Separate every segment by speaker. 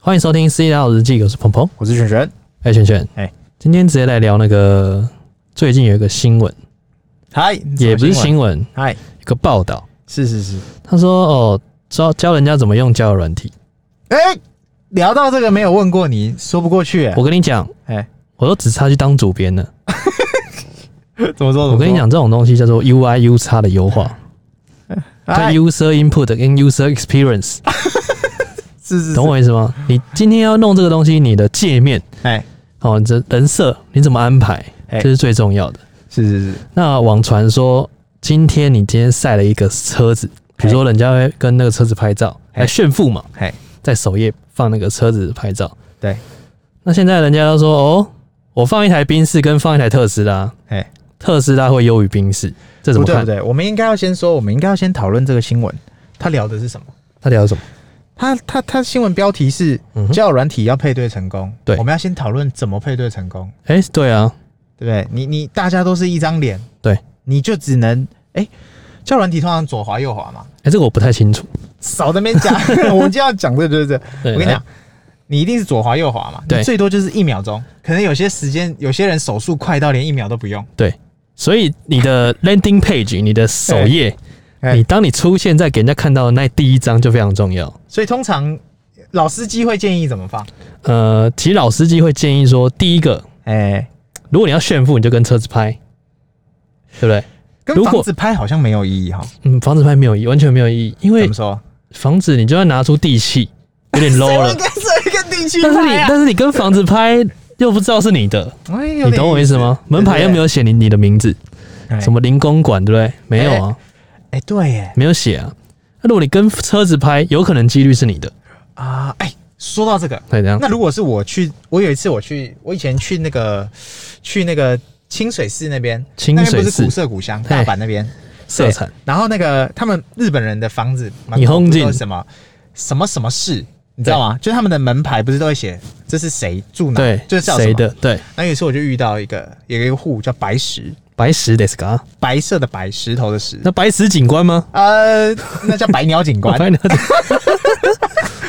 Speaker 1: 欢迎收听《C 大佬日记》，我是鹏鹏，
Speaker 2: 我是璇璇。
Speaker 1: 哎，璇璇，
Speaker 2: 哎，
Speaker 1: 今天直接来聊那个最近有一个新闻，
Speaker 2: 嗨，
Speaker 1: 也不是
Speaker 2: 什么
Speaker 1: 新闻，
Speaker 2: 嗨，
Speaker 1: 有个报道，
Speaker 2: 是是是。
Speaker 1: 他说哦，教教人家怎么用交友软体，
Speaker 2: 哎、聊到这个没有问过你，说不过去、欸。
Speaker 1: 我跟你讲，
Speaker 2: 哎，
Speaker 1: 我都只差去当主编了。
Speaker 2: 怎么说？
Speaker 1: 我跟你
Speaker 2: 怎么说，
Speaker 1: 讲，这种东西叫做 UI U 差的优化，叫
Speaker 2: 哎，
Speaker 1: user input 跟 user experience，
Speaker 2: 是是是
Speaker 1: 懂，我意思吗？你今天要弄这个东西，你的界面
Speaker 2: 哎，
Speaker 1: 哦，你这人设你怎么安排，
Speaker 2: 哎
Speaker 1: 这是最重要的。
Speaker 2: 是是是，
Speaker 1: 那网传说，今天你今天晒了一个车子，比如说人家会跟那个车子拍照
Speaker 2: 嘿
Speaker 1: 来炫富嘛，
Speaker 2: 哎，
Speaker 1: 在首页放那个车子拍照。
Speaker 2: 对，
Speaker 1: 那现在人家都说哦，我放一台宾士跟放一台特斯拉，
Speaker 2: 哎，
Speaker 1: 特斯拉会优于宾士，这怎么
Speaker 2: 不对
Speaker 1: 看？
Speaker 2: 不对，我们应该要先说，我们应该要先讨论这个新闻，他聊的是什么？
Speaker 1: 他聊什么？
Speaker 2: 他他他新闻标题是
Speaker 1: 嗯哼
Speaker 2: 交友软体要配对成功，
Speaker 1: 对
Speaker 2: 我们要先讨论怎么配对成功，
Speaker 1: 哎、对啊，
Speaker 2: 对不对？你你大家都是一张脸，
Speaker 1: 对，
Speaker 2: 你就只能哎、交友软体通常左滑右滑嘛，
Speaker 1: 哎、这个我不太清楚。
Speaker 2: 少在那 边讲，我们就要讲这就是这。
Speaker 1: 对，
Speaker 2: 我跟你
Speaker 1: 来
Speaker 2: 讲，，你一定是左滑右滑嘛，
Speaker 1: 对
Speaker 2: 你最多就是一秒钟，可能有些时间有些人手速快到连一秒都不用。
Speaker 1: 所以你的 landing page，你的首页，
Speaker 2: 哎
Speaker 1: 你当你出现在给人家看到的那第一张就非常重要。
Speaker 2: 所以通常老司机会建议怎么放？
Speaker 1: 呃，其实老司机会建议说，第一个，
Speaker 2: 哎、
Speaker 1: 如果你要炫富，你就跟车子拍，对不对？
Speaker 2: 跟
Speaker 1: 如果
Speaker 2: 房子拍好像没有意义哈。
Speaker 1: 嗯，房子拍没有意义，完全没有意义，因
Speaker 2: 怎
Speaker 1: 为
Speaker 2: 么说？
Speaker 1: 房子你就要拿出地气，有点 low 了
Speaker 2: 谁会。跟这个地区
Speaker 1: 但是你
Speaker 2: 拍啊
Speaker 1: 但是你跟房子拍又不知道是你的，
Speaker 2: 哎 有
Speaker 1: 你
Speaker 2: 点
Speaker 1: 懂我意思吗？门牌又没有写你你的名字，
Speaker 2: 哎
Speaker 1: 什么林公馆对不对？没有啊，
Speaker 2: 哎、对耶
Speaker 1: 没有写啊。那如果你跟车子拍，有可能几率是你的，
Speaker 2: 啊哎、说到这个，
Speaker 1: 那这样
Speaker 2: 那如果是我去，我有一次我去，我以前去那个去那个清水寺那边，
Speaker 1: 清
Speaker 2: 那边
Speaker 1: 水
Speaker 2: 不是
Speaker 1: 寺
Speaker 2: 古色古香，
Speaker 1: 哎
Speaker 2: 大阪那边。
Speaker 1: 色彩
Speaker 2: 对。然后那个他们日本人的房子，
Speaker 1: 你
Speaker 2: 门口
Speaker 1: 轰
Speaker 2: 不
Speaker 1: 进
Speaker 2: 是都有什么什么什么市，你知道吗？就是他们的门牌不是都会写这是谁住哪，
Speaker 1: 对，
Speaker 2: 就是叫什么
Speaker 1: 谁的？？对，
Speaker 2: 那有一次我就遇到一个有一个户叫白石，
Speaker 1: 白石 d e s k a
Speaker 2: 白色的白，石头的石，
Speaker 1: 那白石警官吗？
Speaker 2: 呃，那叫白鸟警 官。
Speaker 1: 白鸟警，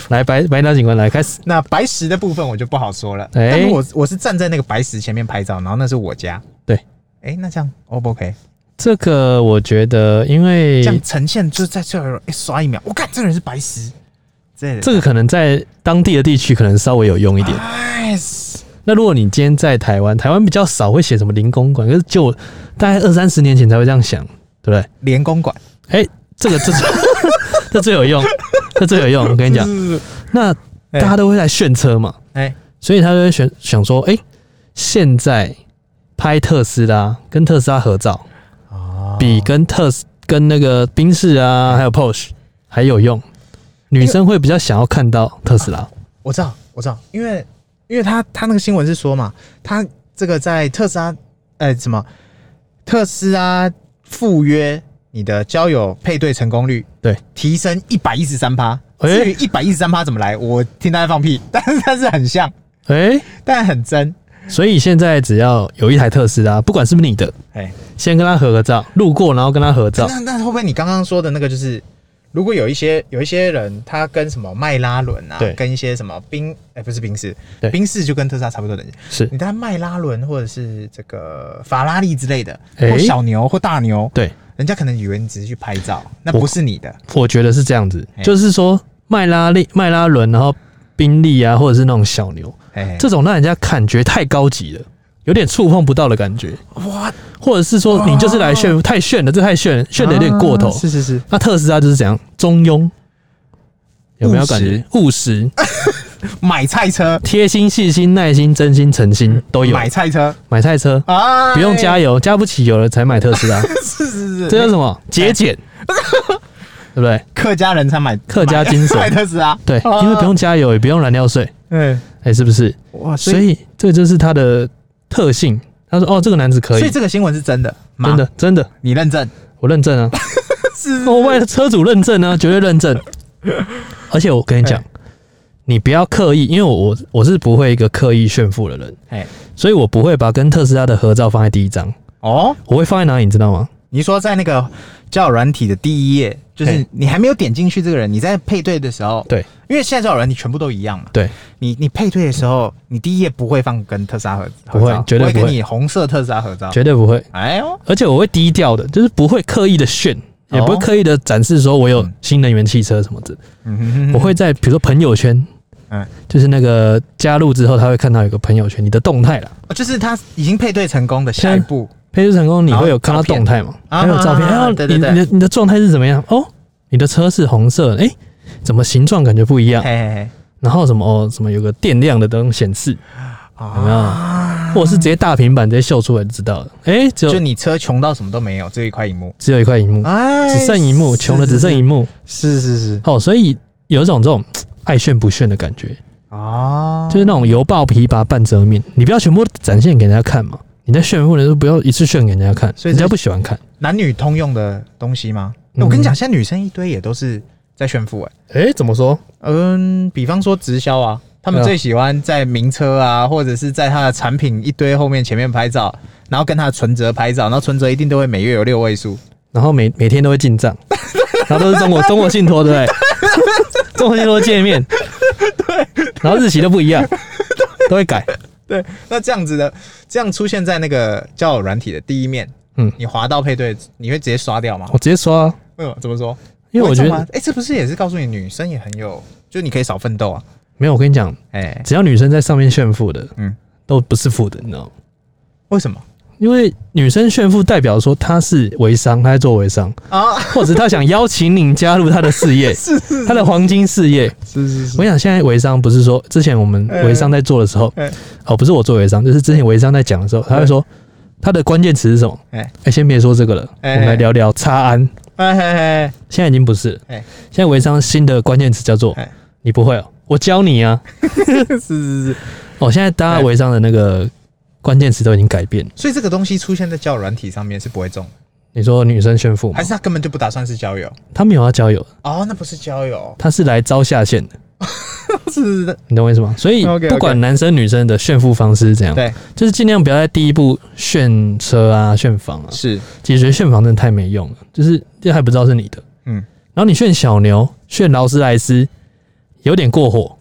Speaker 1: 来白白鸟警官来开始。
Speaker 2: 那白石的部分我就不好说了，
Speaker 1: 哎
Speaker 2: 但是我我是站在那个白石前面拍照，然后那是我家。
Speaker 1: 对，
Speaker 2: 哎、那这样 O 不 OK？
Speaker 1: 这个我觉得，因为
Speaker 2: 这样呈现就是在这儿、哎刷一秒，我看这个人是白石，这
Speaker 1: 这个可能在当地的地区可能稍微有用一
Speaker 2: 啊
Speaker 1: 点。
Speaker 2: nice。
Speaker 1: 那如果你今天在台湾，台湾比较少会写什么零公馆，可是就大概二三十年前才会这样想，对不对？
Speaker 2: 连公馆，
Speaker 1: 哎、这个这 这最有用，这最有用。我跟你讲，
Speaker 2: 嗯
Speaker 1: 那大家都会来炫车嘛，
Speaker 2: 哎、
Speaker 1: 所以他就会选想说，哎、现在拍特斯拉跟特斯拉合照，
Speaker 2: 哦
Speaker 1: 比跟特斯跟那个宾士啊，还有 Porsche 还有用。女生会比较想要看到特斯拉，
Speaker 2: 我知道，我知道，因为因为他他那个新闻是说嘛，他这个在特斯拉，呃，什么特斯拉赴约你的交友配对成功率
Speaker 1: 对，
Speaker 2: 提升一百一十三趴。
Speaker 1: 哎
Speaker 2: 至于一百一十三趴怎么来，我听他在放屁， 但是但是很像，
Speaker 1: 哎、
Speaker 2: 但很真。
Speaker 1: 所以现在只要有一台特斯拉，不管是不是你的，
Speaker 2: 哎，
Speaker 1: 先跟他合个照，路过然后跟他合照，
Speaker 2: 那那会不会你刚刚说的那个就是？如果有一些有一些人，他跟什么迈拉伦啊
Speaker 1: 对，
Speaker 2: 跟一些什么宾，哎、不是宾士
Speaker 1: 对，
Speaker 2: 宾士就跟特斯拉差不多等级。
Speaker 1: 是
Speaker 2: 你在迈拉伦或者是这个法拉利之类的，
Speaker 1: 哎
Speaker 2: 或小牛或大牛，
Speaker 1: 对，
Speaker 2: 人家可能以为你只是去拍照，那不是你的。
Speaker 1: 我觉得是这样子，
Speaker 2: 哎
Speaker 1: 就是说迈拉利、迈拉伦，然后宾利啊，或者是那种小牛，
Speaker 2: 哎，
Speaker 1: 这种让人家感觉太高级了，有点触碰不到的感觉，
Speaker 2: 哇，
Speaker 1: 或者是说你就是来炫，太炫了，这太炫，炫的有点过头
Speaker 2: 啊。是是是，
Speaker 1: 那特斯拉就是怎样中庸，有没有感觉务实、
Speaker 2: 买菜车，
Speaker 1: 贴心、细心、耐心、真心、诚心都有。
Speaker 2: 嗯买菜车
Speaker 1: 买菜车
Speaker 2: 啊，
Speaker 1: 不用
Speaker 2: 哎，
Speaker 1: 加油，加不起油了才买特斯拉。
Speaker 2: 是是是，
Speaker 1: 这叫什么节俭，
Speaker 2: 哎
Speaker 1: 对不对？
Speaker 2: 客家人才买
Speaker 1: 客家精神
Speaker 2: 买买特斯拉，
Speaker 1: 对，
Speaker 2: 啊
Speaker 1: 因为不，用加油，也不用燃料税，
Speaker 2: 嗯，
Speaker 1: 哎、是不是？
Speaker 2: 哇，所
Speaker 1: 所
Speaker 2: 以
Speaker 1: 以这就是他的特性。他说：“哦，这个男子可
Speaker 2: 所
Speaker 1: 以
Speaker 2: 以，这个新闻是真的，吗
Speaker 1: 真，的，真的，
Speaker 2: 你认证
Speaker 1: 我认证啊，
Speaker 2: 是
Speaker 1: 我为了车主认证啊，绝对认 证。而且我跟你讲，
Speaker 2: 哎
Speaker 1: 你不要刻意，因为我我我是不会一个刻意炫富的人，
Speaker 2: 哎
Speaker 1: 所以我不会把跟特斯拉的合照放在第一张，
Speaker 2: 哦，
Speaker 1: 我会放在哪里，你知道吗？
Speaker 2: 你说在那个交友软体的第一页就是
Speaker 1: 嘿
Speaker 2: 你还没有点进去这个人，你在配对的时候，
Speaker 1: 对
Speaker 2: 因为现在交友软体全部都一样嘛，
Speaker 1: 对，
Speaker 2: 你你配对的时候，你第一页不会放跟特斯拉合
Speaker 1: 不会
Speaker 2: 合照
Speaker 1: 绝对
Speaker 2: 不会
Speaker 1: 不
Speaker 2: 跟
Speaker 1: 会
Speaker 2: 你红色特斯拉合照。
Speaker 1: 绝对不会。
Speaker 2: 哎呦，
Speaker 1: 而且我会低调的，就是不会刻意的炫，也不会
Speaker 2: 哦
Speaker 1: 刻意的展示说我有新能源汽车什么的。
Speaker 2: 嗯哼哼哼
Speaker 1: 我会在比如说朋友圈，
Speaker 2: 嗯
Speaker 1: 嗯，就是那个加入之后，他会看到有个朋友圈你的动态啦。
Speaker 2: 哦就是他已经配对成功的下一步，
Speaker 1: 配置成功，你
Speaker 2: 然后
Speaker 1: 会有看到
Speaker 2: 照片
Speaker 1: 动态嘛？
Speaker 2: 啊
Speaker 1: 还有照片，
Speaker 2: 啊啊啊
Speaker 1: 然后
Speaker 2: 对
Speaker 1: 你
Speaker 2: 对
Speaker 1: 你
Speaker 2: 对
Speaker 1: 的你的状态是怎么样？哦，你的车是红色，哎，怎么形状感觉不一
Speaker 2: 嘿
Speaker 1: 样？
Speaker 2: 嘿嘿，
Speaker 1: 然后什么哦，什么有个电量的灯显示，有没有？
Speaker 2: 啊，
Speaker 1: 或者是直接大平板直接秀出来就知道了。哎，只
Speaker 2: 就
Speaker 1: 有
Speaker 2: 你车穷到什么都没有，只有一块荧幕，
Speaker 1: 只有一块荧幕，
Speaker 2: 哎，
Speaker 1: 只剩荧幕，
Speaker 2: 是
Speaker 1: 穷的只剩，荧幕。
Speaker 2: 是是是是
Speaker 1: 哦，所以有一种这种嘖爱炫不炫的感觉，
Speaker 2: 哦，
Speaker 1: 就是那种犹抱琵琶半遮面，你不要全部展现给人家看嘛。你在炫富的时候不要一次炫给人家看，
Speaker 2: 所以
Speaker 1: 人
Speaker 2: 这
Speaker 1: 家不喜欢看。
Speaker 2: 男女通用的东西吗？
Speaker 1: 嗯
Speaker 2: 我跟你讲，现在女生一堆也都是在炫富哎、
Speaker 1: 哎、怎么说？
Speaker 2: 嗯，比方说直销啊，他们
Speaker 1: 嗯
Speaker 2: 最喜欢在名车啊，或者是在他的产品一堆后面前面拍照，然后跟他的存折拍照，然后存折一定都会每月有六位数，
Speaker 1: 然后每每天都会进账，然后都是中 国中国信托，对不对？中国信托界面，对，然后日期都不一样，都会改。
Speaker 2: 对，那这样子的，这样出现在那个交友软体的第一面，
Speaker 1: 嗯
Speaker 2: 你滑到配对，你会直接刷掉吗
Speaker 1: 我？直接刷、啊，
Speaker 2: 哦为什么？怎么说？
Speaker 1: 因为我觉
Speaker 2: 哎
Speaker 1: 得、
Speaker 2: 诶这不是也是告诉你女生也很有，就你可以少奋斗啊，
Speaker 1: 没有。我跟你讲，
Speaker 2: 哎、
Speaker 1: 只要女生在上面炫富的，
Speaker 2: 嗯
Speaker 1: 嗯，都不是富的，你知道吗？
Speaker 2: 为什么
Speaker 1: 因为女生炫富代表说她是微商，她在做微商，
Speaker 2: 啊？
Speaker 1: 或者他想邀请你加入他的事业，
Speaker 2: 是是
Speaker 1: 他的黄金事业。
Speaker 2: 是是
Speaker 1: 我想现在微商不是说之前我们微商在做的时候
Speaker 2: 嗯嗯，嗯
Speaker 1: 哦，不是我做微商，就是之前微商在讲的时候，他会说他的关键词是什么？
Speaker 2: 哎
Speaker 1: 哎，先别说这个了，我
Speaker 2: 哎
Speaker 1: 们来聊聊差安。
Speaker 2: 哎嘿嘿，
Speaker 1: 现在已经不是了，
Speaker 2: 哎
Speaker 1: 现在微商新的关键词叫做
Speaker 2: 哎
Speaker 1: 你不会哦，我教你啊。
Speaker 2: 是是是，
Speaker 1: 哦，现在大
Speaker 2: 哎
Speaker 1: 家微商的那个关键词都已经改变了。
Speaker 2: 所以这个东西出现在交友软体上面是不会中的，
Speaker 1: 你说女生炫富吗
Speaker 2: 还？是他根本就不打算是交友？
Speaker 1: 他没有要交友，
Speaker 2: 哦，那不是交友，
Speaker 1: 他是来招下线的，
Speaker 2: 是是是，
Speaker 1: 你懂我意思吗？所以
Speaker 2: OK，OK
Speaker 1: 不管男生女生的炫富方式是怎样，
Speaker 2: 对，
Speaker 1: 就是尽量不要在第一步炫车啊、炫房啊。
Speaker 2: 是，
Speaker 1: 其实炫房真的太没用了，就是这还不知道是你的。
Speaker 2: 嗯，
Speaker 1: 然后你炫小牛、炫劳斯莱斯，有点过火。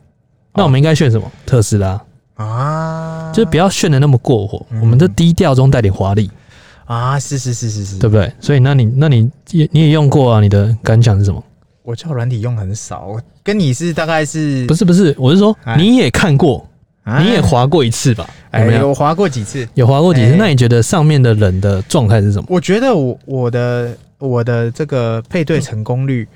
Speaker 1: 那
Speaker 2: 哦
Speaker 1: 我们应该炫什么？特斯拉，
Speaker 2: 啊，
Speaker 1: 就是不要炫的那么过火。
Speaker 2: 嗯
Speaker 1: 我们这低调中带点华丽，
Speaker 2: 啊，是是是是是，
Speaker 1: 对不对？所以，那你、那你也你也用过啊？你的感想是什么？
Speaker 2: 我交友软体用很少，我跟你是大概是
Speaker 1: 不
Speaker 2: 是
Speaker 1: 是不是，我是说
Speaker 2: 哎
Speaker 1: 你也看过，你也滑过一次吧？有
Speaker 2: 哎，
Speaker 1: 没有？
Speaker 2: 我滑过几次，
Speaker 1: 有滑过几次？
Speaker 2: 哎
Speaker 1: 那你觉得上面的人的状态是什么？
Speaker 2: 我觉得我我的我的这个配对成功率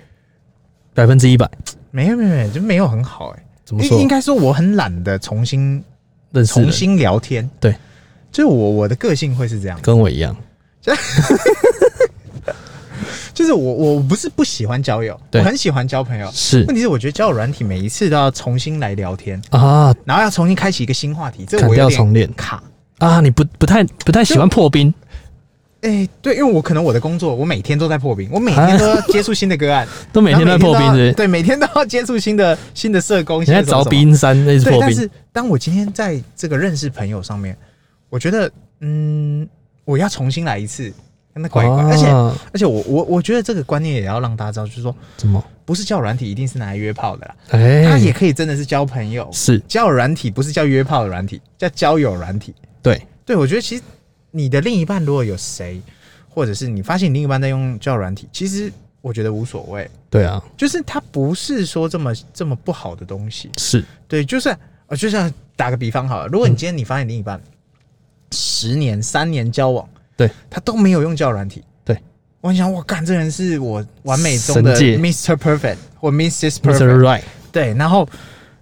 Speaker 1: 百分之一百？
Speaker 2: 没有没有没有就没有很好哎、
Speaker 1: 怎么
Speaker 2: 应
Speaker 1: 说
Speaker 2: 应？该说我很懒得重新
Speaker 1: 认识
Speaker 2: 重
Speaker 1: 人
Speaker 2: 新聊天，
Speaker 1: 对，
Speaker 2: 就我我的个性会是这样，
Speaker 1: 跟我一样。
Speaker 2: 就是我我不是不喜欢交友，我
Speaker 1: 对
Speaker 2: 很喜欢交朋友，
Speaker 1: 是
Speaker 2: 问题是我觉得交友软体每一次都要重新来聊天，
Speaker 1: 啊，
Speaker 2: 然后要重新开启一个新话题，这
Speaker 1: 砍
Speaker 2: 我有
Speaker 1: 掉
Speaker 2: 点
Speaker 1: 重练
Speaker 2: 卡。
Speaker 1: 啊！你不不太不太喜欢破冰，
Speaker 2: 哎、对，因为我可能我的工作，我每天都在破冰，我每 天都要接触新的个案，
Speaker 1: 都 每天
Speaker 2: 然
Speaker 1: 都
Speaker 2: 后
Speaker 1: 在破冰是
Speaker 2: 都要
Speaker 1: 不是？
Speaker 2: 对，每天都要接触新的新的社工，
Speaker 1: 你
Speaker 2: 新的
Speaker 1: 在
Speaker 2: 什么
Speaker 1: 凿
Speaker 2: 什么
Speaker 1: 冰山，那是
Speaker 2: 对，
Speaker 1: 破
Speaker 2: 但
Speaker 1: 冰。
Speaker 2: 是当我今天在这个认识朋友上面，我觉得，嗯，我要重新来一次，跟他怪一怪。而且，
Speaker 1: 啊
Speaker 2: 而且我我我觉得这个观念也要让大家知道，就是说，
Speaker 1: 怎么？
Speaker 2: 不是叫软体一定是拿来约炮的啦，
Speaker 1: 哎，
Speaker 2: 它也可以真的是交朋友。
Speaker 1: 是
Speaker 2: 交友软体不是叫约炮的软体，叫交友软体。
Speaker 1: 对，
Speaker 2: 对，我觉得其实你的另一半如果有谁，或者是你发现你另一半在用交友软体，其实我觉得无所谓，
Speaker 1: 对啊，
Speaker 2: 就是它不是说这么这么不好的东西。
Speaker 1: 是
Speaker 2: 对，就是呃，就像打个比方好了，如果你今天你发现另一半十年、三年交往，
Speaker 1: 对
Speaker 2: 他都没有用交友软体，
Speaker 1: 对，
Speaker 2: 我很想，我干，这人是我完美中的
Speaker 1: 神界
Speaker 2: Mr. Perfect 或 Mrs.
Speaker 1: Mr.
Speaker 2: Perfect，
Speaker 1: Right。
Speaker 2: 对，然后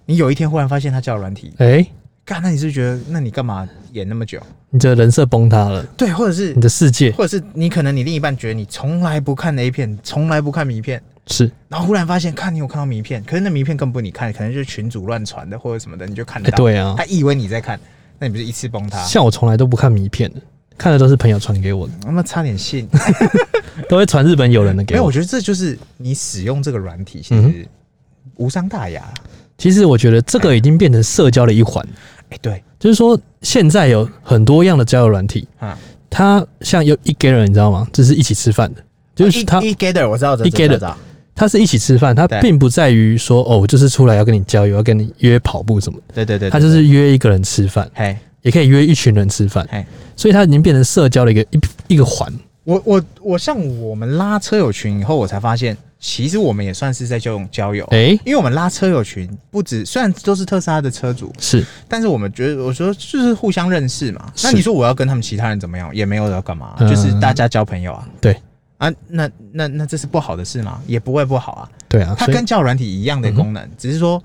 Speaker 2: 你有一天忽然发现他交友软体，
Speaker 1: 哎，
Speaker 2: 干，那你是不是觉得，那你干嘛演那么久？嗯
Speaker 1: 你的人设崩塌了，
Speaker 2: 对，或者是
Speaker 1: 你。的世界
Speaker 2: 或者是你可能你另一半觉得你从来不看 A 片，从来不看迷片，
Speaker 1: 是
Speaker 2: 然后忽然发现看你有看到迷片，可是那迷片更不是你看，可能就是群主乱传的或者什么的，你就看
Speaker 1: 哎，
Speaker 2: 得到。
Speaker 1: 对啊
Speaker 2: 他，以为你在看，那你不是一次崩塌？
Speaker 1: 像我从来都不看迷片的，看的都是朋友传给我的，
Speaker 2: 那么差点信？
Speaker 1: 都会传日本友人的
Speaker 2: 没
Speaker 1: 给
Speaker 2: 有，我
Speaker 1: 我。
Speaker 2: 觉得这就是你使用这个软体，其
Speaker 1: 嗯
Speaker 2: 实无伤大雅。
Speaker 1: 其实我觉得这个已经变成社交的一环，
Speaker 2: 哎、对，
Speaker 1: 就是说现在有很多样的交友软体，
Speaker 2: 啊，
Speaker 1: 它像有一 g a 人，你知道吗？就是一起吃饭的，就是
Speaker 2: 一
Speaker 1: 他
Speaker 2: 哦啊一 gather 我知道，
Speaker 1: 一 gather
Speaker 2: 的，
Speaker 1: 它是一起吃饭，它
Speaker 2: 对
Speaker 1: 并不在于说哦，我就是出来要跟你交友，要跟你约跑步什么的，
Speaker 2: 对对对，
Speaker 1: 它就是约一个人吃饭，
Speaker 2: 嘿
Speaker 1: 也可以约一群人吃饭，
Speaker 2: 嘿，哦
Speaker 1: 所以它已经变成社交的一个一一个环。
Speaker 2: 我我我像我们拉车友群以后，我才发现，其实我们也算是在交友交友，
Speaker 1: 诶，
Speaker 2: 因为我们拉车友群不止，虽然都是特斯拉的车主，
Speaker 1: 是
Speaker 2: 但是我们觉得，我说就是互相认识嘛。
Speaker 1: 是
Speaker 2: 那你说我要跟他们其他人怎么样？也没有要干嘛，
Speaker 1: 嗯
Speaker 2: 就是大家交朋友啊。
Speaker 1: 对
Speaker 2: 啊，那那那这是不好的事吗？也不会不好啊。
Speaker 1: 对啊，
Speaker 2: 它
Speaker 1: 所以
Speaker 2: 跟交友软体一样的功能，只是说，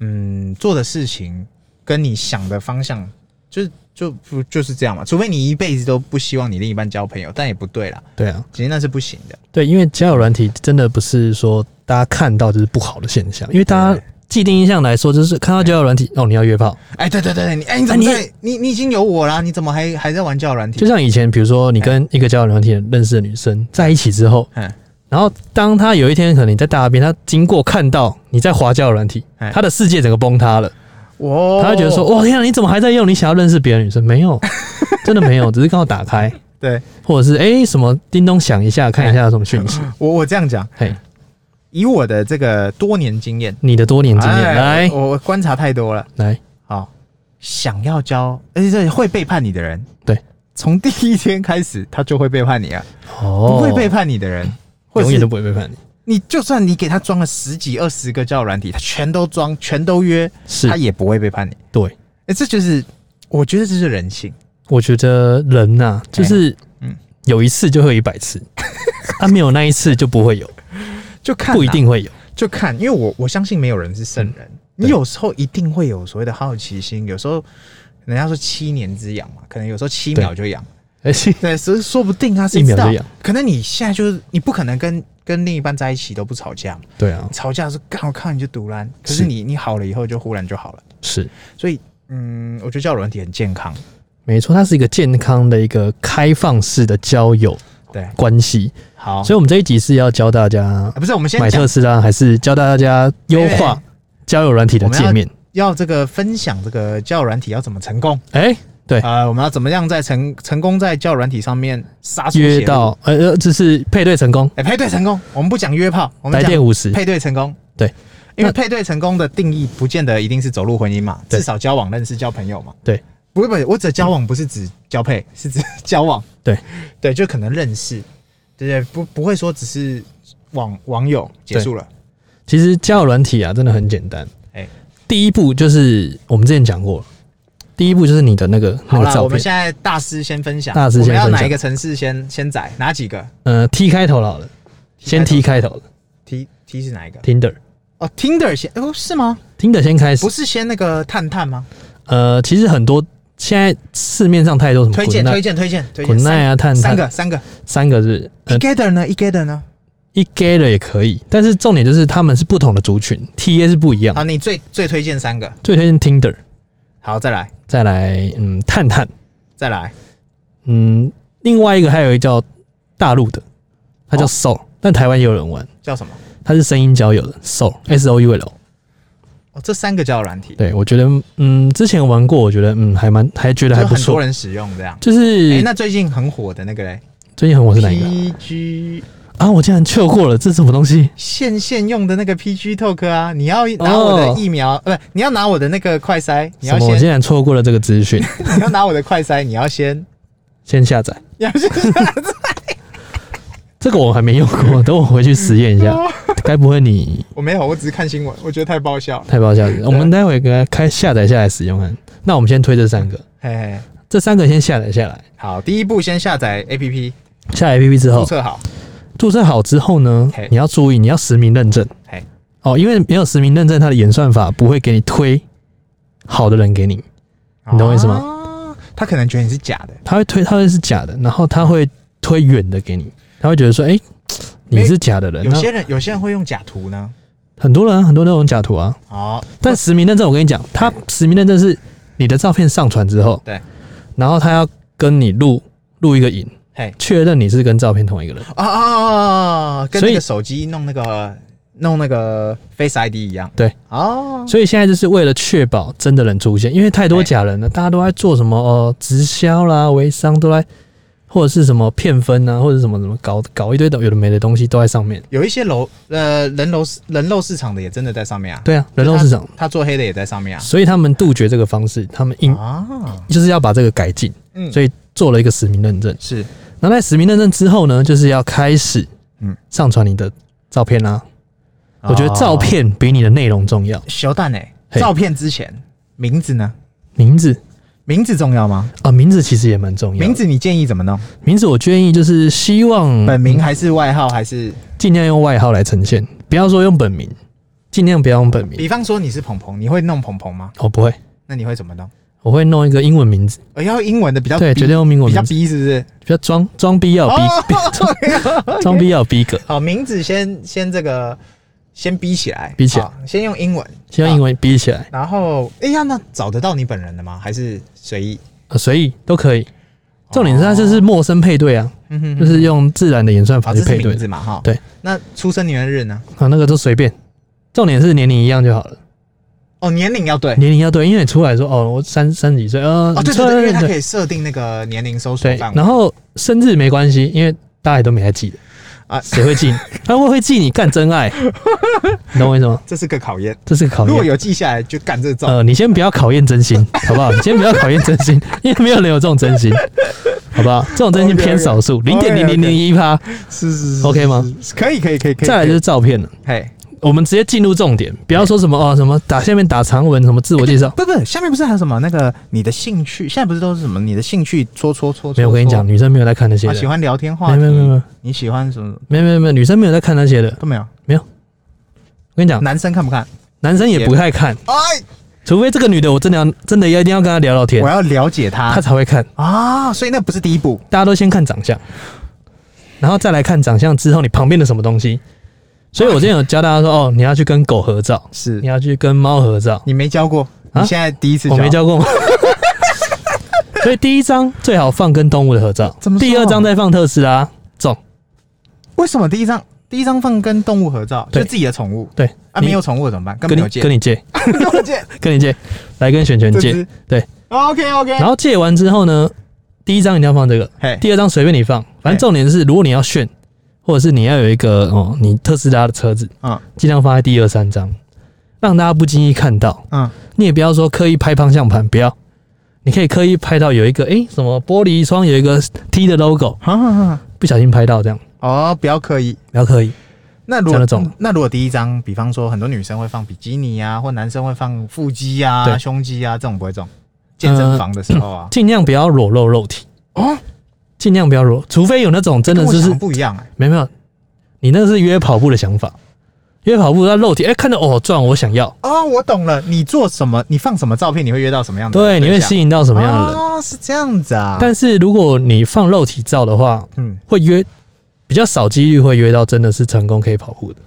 Speaker 2: 嗯，做的事情跟你想的方向，就是就不就是这样嘛。除非你一辈子都不希望你另一半交朋友，但也不对啦，
Speaker 1: 对啊，
Speaker 2: 其实那是不行的。
Speaker 1: 对，因为交友软体真的不是说大家看到就是不好的现象，因为大家
Speaker 2: 对
Speaker 1: 既定印象来说，就是看到交友软体哦，你要约炮，
Speaker 2: 哎，对对对对，你哎，你怎么
Speaker 1: 啊你
Speaker 2: 在？你你已经有我啦，你怎么还还在玩交友软体
Speaker 1: 就？像以前，比如说你跟一个交友软体认识的女生在一起之后，
Speaker 2: 嗯，
Speaker 1: 然后当她有一天可能你在大便，她经过看到你在滑交友软体
Speaker 2: 哎，
Speaker 1: 她的世界整个崩塌了，
Speaker 2: 我
Speaker 1: 她会觉得说，
Speaker 2: 哦
Speaker 1: 哇天啊，你怎么还在用？你想要认识别的女生？没 有，真的没有，只是刚好打开，
Speaker 2: 对
Speaker 1: 或者是哎、什么叮咚响一下，看一下有什么讯息。
Speaker 2: 我我这样讲，
Speaker 1: 嘿，
Speaker 2: 以我的这个多年经验，
Speaker 1: 你的多年经验，
Speaker 2: 哎
Speaker 1: 来
Speaker 2: 我我观察太多了。
Speaker 1: 来，
Speaker 2: 好，想要交，而且这会背叛你的人，
Speaker 1: 对，
Speaker 2: 从第一天开始他就会背叛你啊！
Speaker 1: 哦，
Speaker 2: 不会背，叛你的人，或
Speaker 1: 永远都
Speaker 2: 者是
Speaker 1: 不会背叛你，
Speaker 2: 你就算你给他装了十几二十个交友软体，他全都装，全都约，
Speaker 1: 是
Speaker 2: 他也不会背叛你。
Speaker 1: 对。
Speaker 2: 哎，这就是我觉得这是人性。
Speaker 1: 我觉得人呐、就是
Speaker 2: 嗯
Speaker 1: 有一次就会有一百 次，他、没有那一次就不会有，
Speaker 2: 就看啊、
Speaker 1: 不一定会有。
Speaker 2: 就看，因为我我相信没有人是圣人，
Speaker 1: 嗯
Speaker 2: 你有时候一定会有所谓的好奇心，有时候人家说七年之痒嘛，可能有时候七秒就痒，
Speaker 1: 而且
Speaker 2: 对，所以说不定啊，谁
Speaker 1: 一秒
Speaker 2: 知道
Speaker 1: 就痒？
Speaker 2: 可能你现在就是你不可能跟跟另一半在一起都不吵架嘛，
Speaker 1: 对啊，
Speaker 2: 吵架是干我靠你就独烂，可
Speaker 1: 是
Speaker 2: 是你你好了以后就忽然就好了，
Speaker 1: 是
Speaker 2: 所以嗯，我觉得交友软体很健康，
Speaker 1: 没错，它是一个健康的一个开放式的交友
Speaker 2: 对，
Speaker 1: 关系。
Speaker 2: 好，
Speaker 1: 所以，我们这一集是要教大家
Speaker 2: 啊不是我们哦先
Speaker 1: 买
Speaker 2: 讲
Speaker 1: 特斯拉，还是教大家优化交友软体的界面？
Speaker 2: 要这个分享这个交友软体要怎么成功，
Speaker 1: 哎、对，
Speaker 2: 呃，我们要怎么样在成成功在交友软体上面杀出
Speaker 1: 约
Speaker 2: 血路
Speaker 1: 到呃，呃就是配对成功，
Speaker 2: 哎、配对成功，我们不讲约炮，我们
Speaker 1: 来
Speaker 2: 讲
Speaker 1: 电五十。
Speaker 2: 配对成功。
Speaker 1: 对，
Speaker 2: 因
Speaker 1: 那
Speaker 2: 为配对成功的定义不见得一定是走入婚姻嘛，
Speaker 1: 对
Speaker 2: 至少交往、认识、交朋友嘛。
Speaker 1: 对，嗯
Speaker 2: 不会不会，我指交往不是指交配，是指交往。
Speaker 1: 对
Speaker 2: 对，就可能认识，对不对？不不会说只是网网友结束了。
Speaker 1: 其实交友软体啊，真的很简单。
Speaker 2: 哎
Speaker 1: 第一步就是我们之前讲过了，第一步就是你的那个那
Speaker 2: 好
Speaker 1: 个
Speaker 2: 了，
Speaker 1: 照
Speaker 2: 我们
Speaker 1: 片，
Speaker 2: 现在大师先分享，
Speaker 1: 大师先分享
Speaker 2: 我们要哪一个城市先先载哪几个
Speaker 1: 呃，T 开头好了，先 T 开头了
Speaker 2: ？T T 是哪一个？
Speaker 1: ，Tinder，Tinder
Speaker 2: 哦，Tinder 先哦是吗？
Speaker 1: 先开始
Speaker 2: 不。是先那个探探吗？
Speaker 1: 呃，其实很多现在市面上太多什么
Speaker 2: 推荐
Speaker 1: Goodnight-
Speaker 2: 推荐推荐推荐。
Speaker 1: Goodnight 啊，探探
Speaker 2: 三个三个
Speaker 1: 三个是呃
Speaker 2: ，Together 呢？Together 呢？
Speaker 1: 一 gay 的也可以，但是重点就是他们是不同的族群，T A 是不一样
Speaker 2: 好，。你最最推荐三个，
Speaker 1: 最推荐 Tinder，
Speaker 2: 好，再来，
Speaker 1: 再来嗯探探，
Speaker 2: 再来，
Speaker 1: 嗯另外一个还有一个叫大陆的，它叫
Speaker 2: 哦
Speaker 1: Soul，、但台湾也有人玩。
Speaker 2: 叫什么？
Speaker 1: 它是声音交友的 Soul
Speaker 2: 嗯
Speaker 1: S O U L。
Speaker 2: 哦，这三个交友软体，
Speaker 1: 对，我觉得嗯，之前玩过，我觉得嗯，还蛮还觉得还
Speaker 2: 就
Speaker 1: 不
Speaker 2: 很多
Speaker 1: 错。
Speaker 2: 人使用这样。
Speaker 1: 就
Speaker 2: 哎、
Speaker 1: 是
Speaker 2: 那最近很火的那个嘞
Speaker 1: 最近很火是哪一个啊
Speaker 2: ，PG
Speaker 1: 啊？我竟然错过了，这是什么东西？
Speaker 2: 现现用的那个 PG Talk 啊，你要拿我
Speaker 1: 哦
Speaker 2: 的疫苗，呃不，你要拿我的那个快筛，你
Speaker 1: 什
Speaker 2: 要
Speaker 1: 么？我
Speaker 2: 先
Speaker 1: 竟，然错过了这个资 讯？
Speaker 2: 你要拿我的快筛，你要先，
Speaker 1: 先下载，
Speaker 2: 你要先，
Speaker 1: 这个我还没用 过，等我回去实验一下。该不会你
Speaker 2: 我没有，我只是看新闻，我觉得太爆笑了。
Speaker 1: 太爆笑了？我们待会给它开下载下来使用看。那我们先推这三个，
Speaker 2: 嘿嘿，
Speaker 1: 这三个先下载下来。
Speaker 2: 好，第一步先下载 APP，
Speaker 1: 下载 APP 之
Speaker 2: 注
Speaker 1: 后，
Speaker 2: 册好，
Speaker 1: 注册好之后呢
Speaker 2: 嘿，
Speaker 1: 你要注意，你要实名认证
Speaker 2: 嘿，
Speaker 1: 哦，因为没有实名认证，它的演算法不会给你推好的人给你。你懂我意思吗
Speaker 2: 吗？哦他可能觉得你是假的，
Speaker 1: 他会推，他会是假的，然后他会推远的给你，他会觉得说，哎、你是假的人。
Speaker 2: 有
Speaker 1: 那
Speaker 2: 些人有些人会用假图呢。
Speaker 1: 很多人、啊、很多那种假图啊，
Speaker 2: 哦，
Speaker 1: 但实名认证我跟你讲，他实名认证是你的照片上传之后，
Speaker 2: 对，
Speaker 1: 然后他要跟你录录一个影，
Speaker 2: 嘿，
Speaker 1: 确认你是跟照片同一个人。
Speaker 2: 啊啊啊啊！跟
Speaker 1: 所
Speaker 2: 那
Speaker 1: 以
Speaker 2: 个手机弄那个弄那个 Face ID 一样。
Speaker 1: 对，
Speaker 2: 哦，
Speaker 1: 所以现在就是为了确保真的人出现，因为太多
Speaker 2: 嘿
Speaker 1: 假人了，大家都在做什么呃直销啦、微商都在或者是什么骗分啊，或者什么什么搞搞一堆的有的没的东西都在上面。
Speaker 2: 有一些楼呃人楼市人肉市场的也真的在上面啊，
Speaker 1: 对啊，人肉市场，
Speaker 2: 他，他做黑的也在上面啊。
Speaker 1: 所以他们杜绝这个方式，他们应
Speaker 2: 啊，
Speaker 1: 就是要把这个改进，
Speaker 2: 嗯，
Speaker 1: 所以做了一个实名认证。
Speaker 2: 是
Speaker 1: 那在实名认证之后呢，就是要开始
Speaker 2: 嗯啊
Speaker 1: 上传你的照片啦、我觉得照片比你的内容重要。
Speaker 2: 小蛋哎，
Speaker 1: 嘿
Speaker 2: 照片之前名字呢？
Speaker 1: 名字
Speaker 2: 名字重要吗？
Speaker 1: 啊，名字其实也蛮重要的。嗯
Speaker 2: 名字你建议怎么弄？
Speaker 1: 名字我建议就是希望
Speaker 2: 本名还是外号还是？
Speaker 1: 尽量用外号来呈现，不要说用本名，尽量不要用本名。
Speaker 2: 比方说你是鹏鹏，你会弄鹏鹏吗？
Speaker 1: 我不会，
Speaker 2: 那你会怎么弄？
Speaker 1: 我会弄一个英文名字，
Speaker 2: 呃，要英文的比较
Speaker 1: 对，
Speaker 2: 逼
Speaker 1: 绝对用英文
Speaker 2: 比较
Speaker 1: 名字，
Speaker 2: 逼是不是？
Speaker 1: 比较装装逼要有逼
Speaker 2: 哦，啊
Speaker 1: 装逼要有逼格，
Speaker 2: 好，名字先先这个先逼起来，
Speaker 1: 逼起来
Speaker 2: 好，先用英文，
Speaker 1: 先用英文逼起来，
Speaker 2: 然后哎呀，那找得到你本人的吗？还是随意？
Speaker 1: 呃随意都可以。重点是它就是陌生配对啊，
Speaker 2: 嗯哼哼
Speaker 1: 就是用自然的演算
Speaker 2: 啊，
Speaker 1: 法去
Speaker 2: 这是
Speaker 1: 配对
Speaker 2: 名字嘛，哈。
Speaker 1: 对，
Speaker 2: 那出生年月日呢？
Speaker 1: 啊，那个都随便。重点是年龄一样就好了，
Speaker 2: 哦，年龄要对。
Speaker 1: 年龄要对，因为你出来说哦，我三三十几岁，呃，
Speaker 2: 哦，对
Speaker 1: 出
Speaker 2: 对
Speaker 1: 来
Speaker 2: 对，因为它
Speaker 1: 对
Speaker 2: 可以设定那个年龄搜索
Speaker 1: 对
Speaker 2: 范，围
Speaker 1: 然后生日没关系，因为大家也都没来记的
Speaker 2: 啊
Speaker 1: 啊，谁会 记你？他会会记你干真爱，你懂我意思吗？
Speaker 2: 这是个考验。
Speaker 1: 这是个考
Speaker 2: 如果
Speaker 1: 验。
Speaker 2: 有记下来，就干这种。
Speaker 1: 呃，你先不要考验真 心，好不好？你先不要考验真心，因为没有人有这种真心，好不好？这种真心
Speaker 2: OK，OK
Speaker 1: 偏少数，零点
Speaker 2: OK，OK
Speaker 1: 零零零一趴。
Speaker 2: 是是是
Speaker 1: OK 吗？
Speaker 2: 是是可以可以可以可以。
Speaker 1: 再来就是照片了，
Speaker 2: 可以，嘿，
Speaker 1: 我们直接进入重点，不要说什么哦什么打下面打长文，什么自我介绍。
Speaker 2: 不不，下面不是还有什么那个你的兴趣？现在不是都是什么你的兴趣戳戳戳戳？
Speaker 1: 没有，我跟你讲，
Speaker 2: 戳，
Speaker 1: 女生没有在看那些
Speaker 2: 啊，
Speaker 1: 的，
Speaker 2: 喜欢聊天话
Speaker 1: 没有
Speaker 2: 题，
Speaker 1: 没有没有没有
Speaker 2: 你喜欢什么
Speaker 1: 没有没有没有，女生没有在看那些的。
Speaker 2: 都没有。
Speaker 1: 我跟你讲，
Speaker 2: 男生看不看？
Speaker 1: 男生也不太看，
Speaker 2: 哎，
Speaker 1: 除非这个女的我真的要真的要一定要跟她聊聊天
Speaker 2: 我，要了解他
Speaker 1: 她才会看。
Speaker 2: 啊，所以那不是第一步。
Speaker 1: 大家都先看长相，然后再来看长相之后你旁边的什么东西。所以我之前有教大家说，哦，你要去跟狗合照，
Speaker 2: 是
Speaker 1: 你要去跟猫合照。
Speaker 2: 你没教过，
Speaker 1: 啊
Speaker 2: 你现在第一次
Speaker 1: 我没，教 过吗？所以第一张最好放跟动物的合照
Speaker 2: 怎么，说啊
Speaker 1: 第二张再放特斯拉中。
Speaker 2: 为什么第一张第一张放跟动物合照，就
Speaker 1: 对
Speaker 2: 自己的宠物
Speaker 1: 对，
Speaker 2: 啊？
Speaker 1: 你
Speaker 2: 没有宠物的怎么办？跟
Speaker 1: 跟
Speaker 2: 朋
Speaker 1: 你
Speaker 2: 友借，
Speaker 1: 跟你借，
Speaker 2: 跟我借。
Speaker 1: 跟你借，来 跟璇璇
Speaker 2: 这
Speaker 1: 借
Speaker 2: 只。
Speaker 1: 对，
Speaker 2: OK OK。
Speaker 1: 然后借完之后呢，第一张一定要放这个，
Speaker 2: 嘿，
Speaker 1: 第二张随便你放，反正重点
Speaker 2: 哎
Speaker 1: 是，如果你要炫，或者是你要有一个哦，你特斯拉的车子，
Speaker 2: 嗯
Speaker 1: 尽量放在第二三张，让大家不经意看到。
Speaker 2: 嗯，
Speaker 1: 你也不要说刻意拍方向盘，不要，你可以刻意拍到有一个诶、什么玻璃窗有一个 T 的 logo，
Speaker 2: 好好好，
Speaker 1: 不小心拍到这样，
Speaker 2: 哦，不要刻意。
Speaker 1: 比较刻意。
Speaker 2: 那如
Speaker 1: 讲
Speaker 2: 果
Speaker 1: 得中
Speaker 2: 那如果第一张，比方说很多女生会放比基尼啊，或男生会放腹肌啊、
Speaker 1: 对嗯
Speaker 2: 胸肌啊，这种不会中。健身房的时候啊，
Speaker 1: 尽量不要裸露肉体
Speaker 2: 哦，
Speaker 1: 尽量不要裸，除非有那种真的
Speaker 2: 跟我
Speaker 1: 就是
Speaker 2: 想不一样哎、
Speaker 1: 没有没有，你那个是约跑步的想法，约跑步要肉体，哎、看到哦壮，我想要，
Speaker 2: 哦，我懂了，你做什么，你放什么照片，你会约到什么样的
Speaker 1: 对，
Speaker 2: 对象？
Speaker 1: 你会吸引到什么样的人？
Speaker 2: 哦，是这样子啊。
Speaker 1: 但是如果你放肉体照的话，
Speaker 2: 嗯，
Speaker 1: 会约比较少几率会约到真的是成功可以跑步的，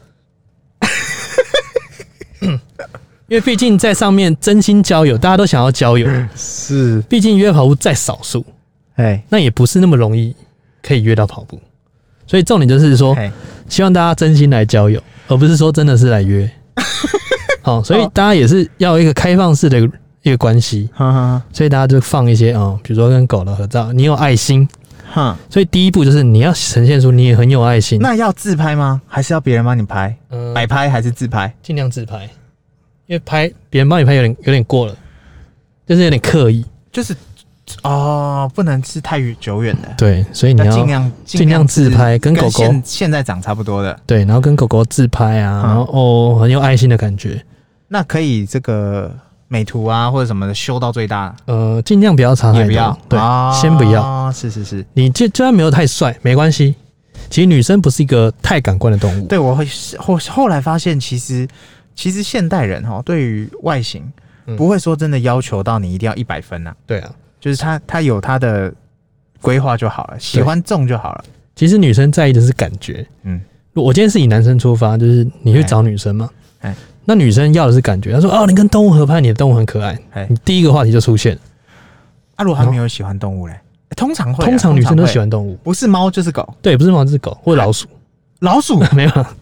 Speaker 1: 因为毕竟在上面真心交友，大家都想要交友，
Speaker 2: 是，
Speaker 1: 毕竟约跑步在少数，
Speaker 2: 哎，
Speaker 1: 那也不是那么容易可以约到跑步，所以重点就是说，
Speaker 2: 哎，
Speaker 1: 希望大家真心来交友，而不是说真的是来约。好，所以大家也是要有一个开放式的一个关系，
Speaker 2: 哈哈
Speaker 1: 所以大家就放一些啊、哦比如说跟狗的合照，你有爱心，
Speaker 2: 哈，
Speaker 1: 所以第一步就是你要呈现出你也很有爱心，
Speaker 2: 那要自拍吗？还是要别人帮你拍？
Speaker 1: 嗯
Speaker 2: 摆拍还是自拍？
Speaker 1: 尽量自拍，因为拍别人帮你拍有点有点过了，就是有点刻意。
Speaker 2: 就是哦，不能是太久远的，
Speaker 1: 对，所以你
Speaker 2: 那
Speaker 1: 要
Speaker 2: 尽量
Speaker 1: 尽量自
Speaker 2: 是
Speaker 1: 拍跟狗狗
Speaker 2: 现现在长差不多的。
Speaker 1: 对，然后跟狗狗自拍啊，
Speaker 2: 嗯
Speaker 1: 然后哦很有爱心的感觉，
Speaker 2: 那可以这个美图啊或者什么的修到最大，
Speaker 1: 呃，尽量不要差太
Speaker 2: 也
Speaker 1: 多，
Speaker 2: 不要，
Speaker 1: 对，
Speaker 2: 啊
Speaker 1: 先不要。，
Speaker 2: 是是是，
Speaker 1: 你就就算没有太帅没关系，其实女生不是一个太感官的动物，
Speaker 2: 对我会是后后来发现，其实其实现代人哈对于外形
Speaker 1: 嗯
Speaker 2: 不会说真的要求到你一定要一百分啊，
Speaker 1: 对啊，
Speaker 2: 就是他他有他的规划就好了，喜欢中就好了，
Speaker 1: 其实女生在意的是感觉。
Speaker 2: 嗯，
Speaker 1: 如果我今天是以男生出发，就是你去找女生嘛
Speaker 2: 哎，
Speaker 1: 那女生要的是感觉，她说哦你跟动物合拍，你的动物很可爱
Speaker 2: 哎，
Speaker 1: 你第一个话题就出现了，
Speaker 2: 啊，如果他没有喜欢动物嘞，通常会啊，
Speaker 1: 通常女生都喜
Speaker 2: 会，
Speaker 1: 欢动物。
Speaker 2: 不是猫就是狗，
Speaker 1: 对，不是猫，是狗或老鼠，
Speaker 2: 老鼠，
Speaker 1: 没有啦，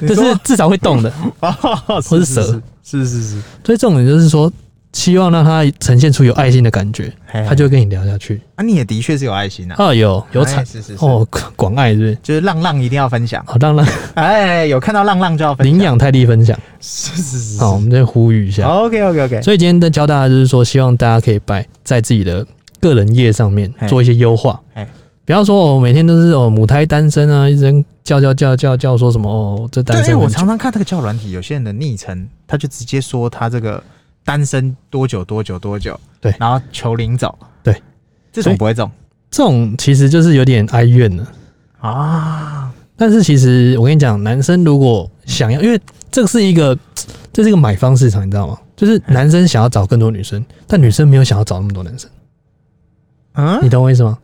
Speaker 2: 你
Speaker 1: 就是
Speaker 2: 说
Speaker 1: 至少会动的。
Speaker 2: 哦
Speaker 1: 或是蛇，
Speaker 2: 是是是是是，
Speaker 1: 所以重点就是说，希望让他呈现出有爱心的感觉，
Speaker 2: 嘿
Speaker 1: 他就会跟你聊下去。
Speaker 2: 啊，你也的确是有爱心啊，
Speaker 1: 啊，有有
Speaker 2: 哎
Speaker 1: 产
Speaker 2: 是是是
Speaker 1: 哦，广广爱是不是？
Speaker 2: 就是浪浪一定要分享，
Speaker 1: 好，当然
Speaker 2: 哎，有看到浪浪就要分享，
Speaker 1: 领养泰迪分享。
Speaker 2: 是是是，
Speaker 1: 好，我们再呼吁一下。
Speaker 2: ，OK OK OK，
Speaker 1: 所以今天在教大家，就是说，希望大家可以摆在自己的个人业上面
Speaker 2: 嘿
Speaker 1: 做一些优化
Speaker 2: 嘿。
Speaker 1: 不要说哦，每天都是哦母胎单身啊，一直叫叫叫叫叫说什么哦，这单
Speaker 2: 对，
Speaker 1: 身
Speaker 2: 我
Speaker 1: 很久
Speaker 2: 常常看这个叫软体，有些人的昵称，他就直接说他这个单身多久多久多久，
Speaker 1: 对
Speaker 2: 然后求领走，
Speaker 1: 对，
Speaker 2: 这
Speaker 1: 所以
Speaker 2: 种不会中
Speaker 1: 这种其实就是有点哀怨了。
Speaker 2: 啊，
Speaker 1: 但是其实我跟你讲，男生如果想要，因为这个是一个这是一个买方市场，你知道吗？就是
Speaker 2: 嗯
Speaker 1: 男生想要找更多女生，但女生没有想要找那
Speaker 2: 啊
Speaker 1: 么多男生，你
Speaker 2: 嗯，
Speaker 1: 懂我意思吗？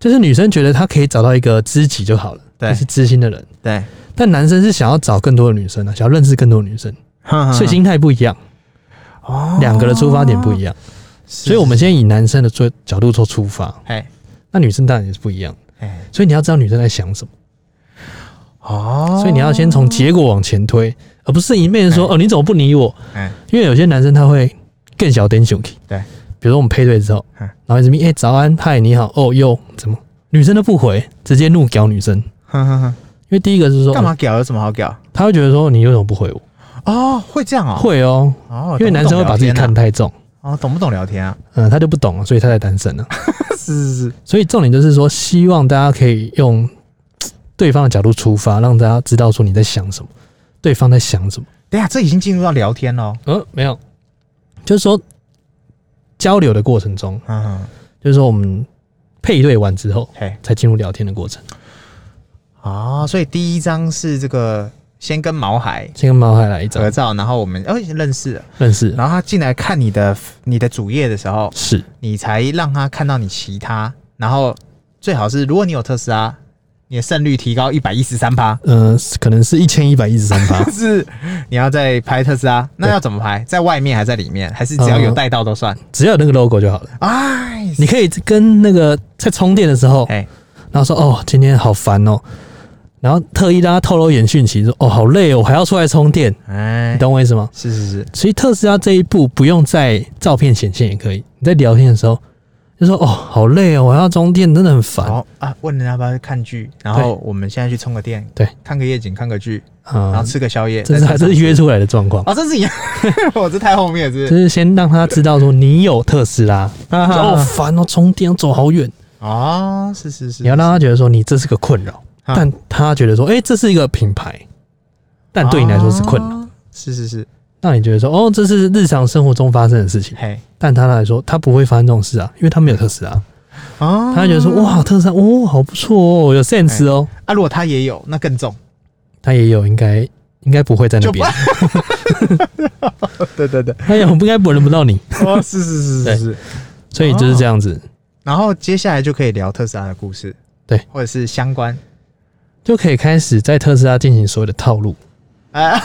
Speaker 1: 就是女生觉得她可以找到一个知己就好了，
Speaker 2: 对
Speaker 1: 就是知心的人。
Speaker 2: 对，
Speaker 1: 但男生是想要找更多的女生啊，想要认识更多的女生，所以心态不一样，
Speaker 2: 嗯 哦
Speaker 1: 两个的出发点不一样。所以我们
Speaker 2: 先，
Speaker 1: 先以男生的做角度做出发，
Speaker 2: 哎
Speaker 1: 那女生当然也是不一样。
Speaker 2: 哎，
Speaker 1: 所以你要知道女生在想什么，
Speaker 2: 哦，
Speaker 1: 所以你要先从结果往前推，而不是一面说哦你怎么不理我，
Speaker 2: 哎，
Speaker 1: 因为有些男生他会更小点熊气，
Speaker 2: 对，
Speaker 1: 比如说我们配对之后，
Speaker 2: 嗯
Speaker 1: 然后一直咪哎、早安嗨你好哦哟怎么女生都不回，直接怒屌女生，因
Speaker 2: 哼哼哼，
Speaker 1: 为第一个是说
Speaker 2: 干嘛屌有什么好屌？
Speaker 1: 哦他会觉得说你为什么不回我？
Speaker 2: 哦，会这样哦，
Speaker 1: 会哦，
Speaker 2: 哦，
Speaker 1: 因为男生会把自己看
Speaker 2: 懂
Speaker 1: 太重，
Speaker 2: 不懂聊天啊哦，懂不懂聊 天啊？
Speaker 1: 嗯，他就不懂了，所以他才单身了。
Speaker 2: 是是是，
Speaker 1: 所以重点就是说，希望大家可以用对方的角度出发，让大家知道说你在想什么，对方在想什么。
Speaker 2: 等一下这已经进入到聊天喽，
Speaker 1: 呃，没有，就是说交流的过程中，
Speaker 2: 嗯，哼
Speaker 1: 就是说我们配对完之后，
Speaker 2: 嘿，
Speaker 1: 才进入聊天的过程。
Speaker 2: 哦，所以第一张是这个先跟毛孩
Speaker 1: 先跟毛孩来一张
Speaker 2: 合照，然后我们哦已经认识了，
Speaker 1: 认识，
Speaker 2: 然后他进来看你的你的主页的时候，
Speaker 1: 是
Speaker 2: 你才让他看到你其他，然后最好是如果你有特斯拉，你的胜率提高一百一十三趴，
Speaker 1: 呃，可能是一千一百一十三趴
Speaker 2: 就，是你要再拍特斯拉，那要怎么拍？在外面还是在里面，还是只要有带到都算？
Speaker 1: 只要有那个 logo 就好了。
Speaker 2: 哎、
Speaker 1: 你可以跟那个在充电的时候，
Speaker 2: 哎
Speaker 1: 然后说哦，今天好烦哦，然后特意让他透露一点讯息，说哦，好累哦，我还要出来充电，你
Speaker 2: 哎，
Speaker 1: 懂我意思吗？
Speaker 2: 是是是，
Speaker 1: 所以特斯拉这一步不用在照片显现也可以，你在聊天的时候就说哦，好累哦，我还要充电，真的很烦啊、
Speaker 2: 好啊，问人家要不要看剧，然后我们现在去充个电，
Speaker 1: 对，
Speaker 2: 看个夜景，看个剧，然后吃个宵夜，
Speaker 1: 啊这是
Speaker 2: 再
Speaker 1: 还
Speaker 2: 上
Speaker 1: 是
Speaker 2: 床
Speaker 1: 约出来的状况。
Speaker 2: 哦，这是一样， 我这太后面了是不
Speaker 1: 就是是先让他知道说你有特斯拉，
Speaker 2: 啊
Speaker 1: 然后烦哦，充电要走好远，
Speaker 2: 哦，是是是，
Speaker 1: 你要让他觉得说你这是个困扰，
Speaker 2: 啊
Speaker 1: 但他觉得说哎、这是一个品牌，但对你来说是困扰，
Speaker 2: 啊是是是，
Speaker 1: 让你觉得说哦这是日常生活中发生的事情，
Speaker 2: 嘿，
Speaker 1: 但他来说他不会发生这种事啊，因为他没有特斯拉，
Speaker 2: 啊
Speaker 1: 他会觉得说哇特斯拉哦好不错哦，有 sense 哦，
Speaker 2: 啊，如果他也有，那更重。
Speaker 1: 他也有，应该应该不会在那边，
Speaker 2: 对对对，
Speaker 1: 他也不应该轮不到你，
Speaker 2: 哦，是是是是是。
Speaker 1: 所以就是这样子，
Speaker 2: 然后接下来就可以聊特斯拉的故事，
Speaker 1: 对，
Speaker 2: 或者是相关。
Speaker 1: 就可以开始在特斯拉进行所有的套路，
Speaker 2: 哎，
Speaker 1: 啊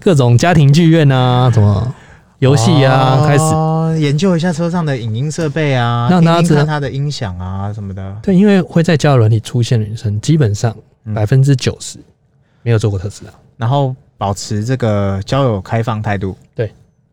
Speaker 1: 各种家庭剧院啊，什么游戏啊，开始
Speaker 2: 始哦研究一下车上的影音设备啊，
Speaker 1: 让大家知
Speaker 2: 听听
Speaker 1: 道
Speaker 2: 看它的音响啊什么的。
Speaker 1: 对，因为会在交友软体出现的女生，基本上
Speaker 2: 嗯
Speaker 1: 百分之九十没有做过特斯拉，
Speaker 2: 然后保持这个交友开放态度。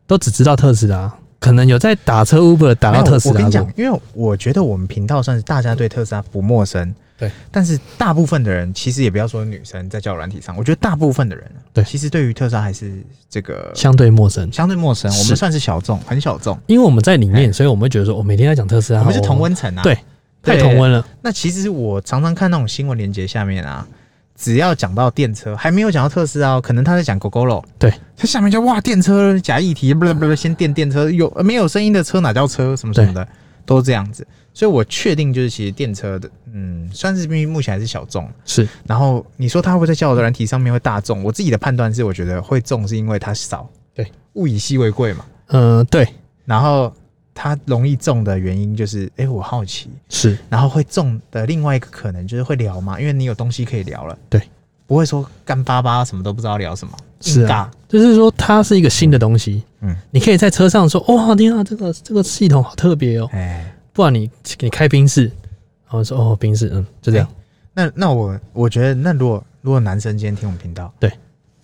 Speaker 1: 都只知道特斯拉，可能有在打车 Uber 打
Speaker 2: 没
Speaker 1: 到
Speaker 2: 有
Speaker 1: 特斯
Speaker 2: 我跟
Speaker 1: 拉
Speaker 2: 你
Speaker 1: 过
Speaker 2: 讲，，因为我觉得我们频道算是大家对特斯拉不陌生，
Speaker 1: 对。
Speaker 2: 但是大部分的人其实也不要说女生在交友软体上，我觉得大部分的人，
Speaker 1: 对
Speaker 2: 其实对于特斯拉还是这个
Speaker 1: 相对陌生。
Speaker 2: 相对陌生，
Speaker 1: 是
Speaker 2: 我们算是小众，很小众，
Speaker 1: 因为我们在里面，所以我们会觉得说，我每天在讲特斯拉，
Speaker 2: 哎我们是
Speaker 1: 哦
Speaker 2: 同，温层啊。
Speaker 1: 对，太
Speaker 2: 对
Speaker 1: 同温了。
Speaker 2: 那其实我常常看那种新闻链接下面啊，只要讲到电车，还没有讲到特斯拉哦，可能他在讲 GoGoRo，
Speaker 1: 对，
Speaker 2: 他下面就哇电车假议题，不不不，先电电车，有没有声音的车哪叫车，什么什么的，都这样子。所以我确定就是其实电车的，嗯，算是目前还是小众。
Speaker 1: 是
Speaker 2: 然后你说它会在交友的软体上面会大众，我自己的判断是，我觉得会中是因为它少，
Speaker 1: 对，
Speaker 2: 物以稀为贵嘛。
Speaker 1: 嗯，对，
Speaker 2: 然后它容易中的原因就是，哎、我好奇，
Speaker 1: 是
Speaker 2: 然后会中的另外一个可能就是会聊嘛，因为你有东西可以聊了，
Speaker 1: 对，
Speaker 2: 不会说干巴巴什么都不知道聊什么，
Speaker 1: 是
Speaker 2: 硬
Speaker 1: 啊，就是说它是一个新的东西，
Speaker 2: 嗯
Speaker 1: 嗯，你可以在车上说，哇，天啊，这个这个系统好特别哦
Speaker 2: 尬，，哎，
Speaker 1: 不然你你开宾士，然后说哦宾士，嗯，就这样，
Speaker 2: 哎那那我我觉得，那如果如果男生今天听我们频道，
Speaker 1: 对，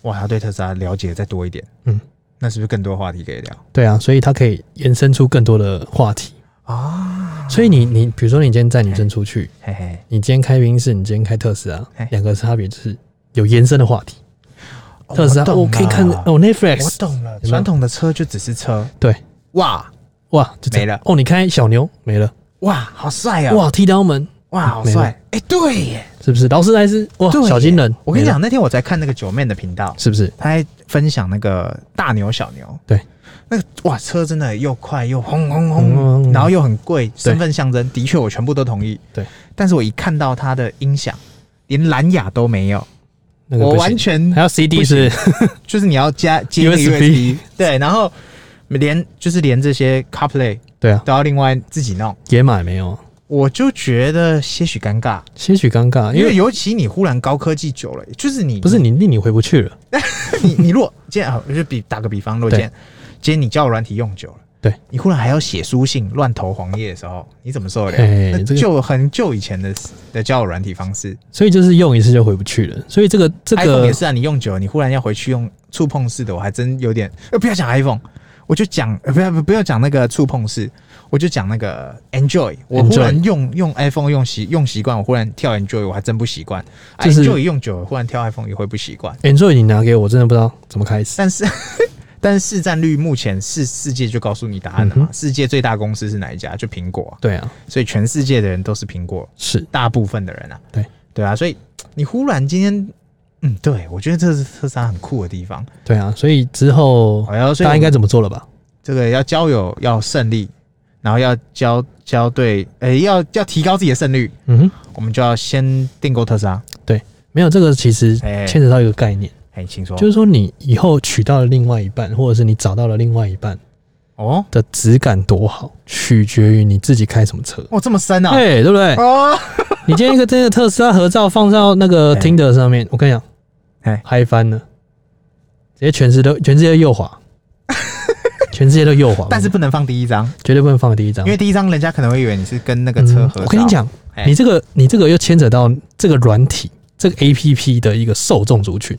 Speaker 2: 哇，他对特斯拉了解再多一点，
Speaker 1: 嗯，
Speaker 2: 那是不是更多话题可以聊
Speaker 1: 对啊，所以它可以延伸出更多的话题。
Speaker 2: 啊？
Speaker 1: 所以你你比如说你今天带女生出去，
Speaker 2: 嘿嘿，
Speaker 1: 你今天开宾士，你今天开特斯拉
Speaker 2: 嘿，
Speaker 1: 两个差别就是有延伸的话题。
Speaker 2: 哦
Speaker 1: 特斯拉
Speaker 2: 我
Speaker 1: 我
Speaker 2: 懂
Speaker 1: 可以
Speaker 2: 了
Speaker 1: 看哦
Speaker 2: 我
Speaker 1: ，Netflix
Speaker 2: 懂了，
Speaker 1: 有
Speaker 2: 传统的车就只是车，
Speaker 1: 对，
Speaker 2: 哇
Speaker 1: 哇就这样
Speaker 2: 没了
Speaker 1: 哦，你开小牛没了，
Speaker 2: 哇，好帅啊，哇
Speaker 1: 哇，剃刀门
Speaker 2: 哇，好
Speaker 1: 没了
Speaker 2: 帅，哎，对耶，
Speaker 1: 是不是？劳斯莱斯哇
Speaker 2: 对，耶
Speaker 1: 小金人，
Speaker 2: 我跟你
Speaker 1: 没了
Speaker 2: 讲，那天我在看那个九妹的频道，
Speaker 1: 是不是？
Speaker 2: 他在分享那个大牛小牛，
Speaker 1: 对，
Speaker 2: 那个哇，车真的又快又轰
Speaker 1: 轰
Speaker 2: 轰
Speaker 1: 轰
Speaker 2: 轰，
Speaker 1: 轰
Speaker 2: 然后又很贵，身份象征，的确我全部都同意，
Speaker 1: 对，
Speaker 2: 但是我一看到它的音响，连蓝牙都没有，
Speaker 1: 那个
Speaker 2: 我
Speaker 1: 不
Speaker 2: 完
Speaker 1: 行，
Speaker 2: 全
Speaker 1: 还要 CD 是不是
Speaker 2: 就是你要加接那个
Speaker 1: USB
Speaker 2: USB，对，然后连就是连这些 CarPlay
Speaker 1: 对啊，
Speaker 2: 都要另外自己弄，
Speaker 1: 也买没有，
Speaker 2: 我就觉得些许尴尬，
Speaker 1: 些许尴尬，因
Speaker 2: 因为
Speaker 1: 为
Speaker 2: 尤其你忽然高科技久了，就是你
Speaker 1: 不是你你你回不去了，
Speaker 2: 你你若今天啊，我就比打个比方，若今
Speaker 1: 对
Speaker 2: 天今天你交友软体用久了，
Speaker 1: 对
Speaker 2: 你忽然还要写书信乱投黄页的时候，你怎么受得
Speaker 1: 嘿
Speaker 2: 了？那
Speaker 1: 这个
Speaker 2: 就很旧以前的的交友软体方式、
Speaker 1: 所以就是用一次就回不去了，所以这个这
Speaker 2: i p h o n e
Speaker 1: 个
Speaker 2: 也是啊，你用久了，你忽然要回去用触碰式的，我还真有点呃，不要讲 iPhone，我就讲呃，不要不不要讲那个触碰式，我就讲那个 Enjoy，我忽然用用 iPhone 用习用习惯，我忽然跳 Enjoy，我还真不习惯、啊
Speaker 1: 就是
Speaker 2: Enjoy 用久了，忽然跳 iPhone 也会不习惯。
Speaker 1: Android 你拿给我，真的不知道怎么开始，
Speaker 2: 但是 但是市占率目前世世界就告诉你答案了嘛
Speaker 1: 嗯？哼
Speaker 2: 世界最大公司是哪一家？就苹果啊、
Speaker 1: 对啊，
Speaker 2: 所以全世界的人都是苹果，
Speaker 1: 是
Speaker 2: 大部分的人啊，
Speaker 1: 对
Speaker 2: 对啊，所以你忽然今天。嗯，对，我觉得这是特斯拉很酷的地方。
Speaker 1: 对啊，所以之后
Speaker 2: 好呀，
Speaker 1: 哦
Speaker 2: 所
Speaker 1: 大
Speaker 2: 以
Speaker 1: 家应该怎么做了吧？
Speaker 2: 这个要交友要胜利，然后要交交对，诶、要要提高自己的胜率，
Speaker 1: 嗯哼，
Speaker 2: 我们就要先订购特斯拉。
Speaker 1: 没有这个其实
Speaker 2: 哎
Speaker 1: 牵扯到一个概念，
Speaker 2: 哎、请说。
Speaker 1: 就是说你以后娶到了另外一半，或者是你找到了另外一半
Speaker 2: 哦，
Speaker 1: 的质感多好，取决于你自己开什么车。
Speaker 2: 哦，这么深啊！
Speaker 1: 哎、对不 对？
Speaker 2: 哦，
Speaker 1: 你今天一个真的特斯拉合照放到那个
Speaker 2: 哎
Speaker 1: Tinder 上面，我跟你讲，
Speaker 2: 哎
Speaker 1: 嗨翻了，直接全世都全世界右 滑，全世界都右滑，
Speaker 2: 但是不能放第一张，
Speaker 1: 绝对不能放第一张，
Speaker 2: 因为第一张人家可能会以为你是跟那个
Speaker 1: 哦嗯
Speaker 2: 车合照。
Speaker 1: 我跟你讲，
Speaker 2: 哎
Speaker 1: 你这个你这个又牵扯到这个软体这个 A P P 的一个受众族群。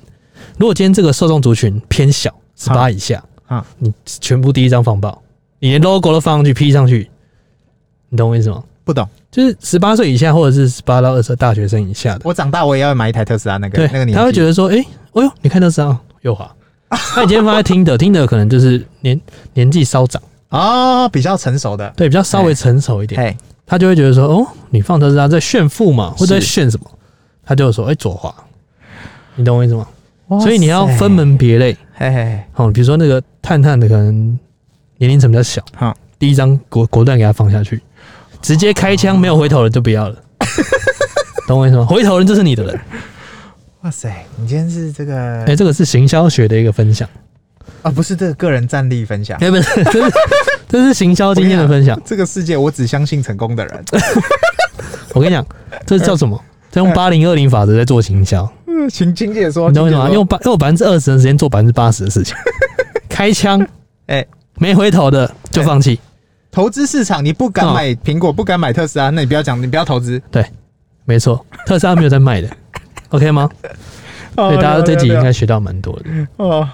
Speaker 1: 如果今天这个受众族群偏小，十八以下，
Speaker 2: 啊，
Speaker 1: 你全部第一张放爆，你连 logo 都放上去 P 上去，你懂我意思吗？
Speaker 2: 不懂，
Speaker 1: 就是十八岁以下或者是十八到二十大学生以下的，
Speaker 2: 我长大我也要买一台特斯拉，那个
Speaker 1: 对，
Speaker 2: 那个年纪，
Speaker 1: 他会觉得说，哎、哎呦，你看到这张右 滑，那你今天放在听的，听的可能就是年年纪稍长，
Speaker 2: 哦，比较成熟的，
Speaker 1: 对，比较稍微成熟一点，
Speaker 2: 嘿，
Speaker 1: 他就会觉得说，哦，你放特斯拉在炫富嘛，或者在
Speaker 2: 是
Speaker 1: 炫什么？他就说，哎、左滑，你懂我意思吗？所以你要分门别类，
Speaker 2: 嘿，嘿嘿，
Speaker 1: 好、比如说那个探探的可能年龄层比较小，
Speaker 2: 好，
Speaker 1: 第一张果果断给他放下去，直接开枪没有回头的就不 要了，懂我意思吗？回头人就是你的人，
Speaker 2: 哇塞，你今天是这个
Speaker 1: 哎、这个是行销学的一个分享，
Speaker 2: 啊，不是这个个人战力分享，
Speaker 1: 哎、不是，这是这是行销经验的分享。
Speaker 2: 这个世界我只相信成功的 人，
Speaker 1: 我跟你讲，这叫什么？在用八零二零法则在做行销。
Speaker 2: 嗯请请姐说，
Speaker 1: 你懂我意思吗？
Speaker 2: 请姐说
Speaker 1: 用百用百分之二十的时间做百分之八十的事情，开枪，
Speaker 2: 哎
Speaker 1: 没回头的就放弃，
Speaker 2: 投资市场，你不敢
Speaker 1: 哦
Speaker 2: 买苹果，不敢买特斯拉，那你不要讲，你不要投资，
Speaker 1: 没错，特斯拉没有在卖的，OK 吗？所
Speaker 2: 哦对
Speaker 1: 以大家这集应该学到蛮多的。
Speaker 2: 哦。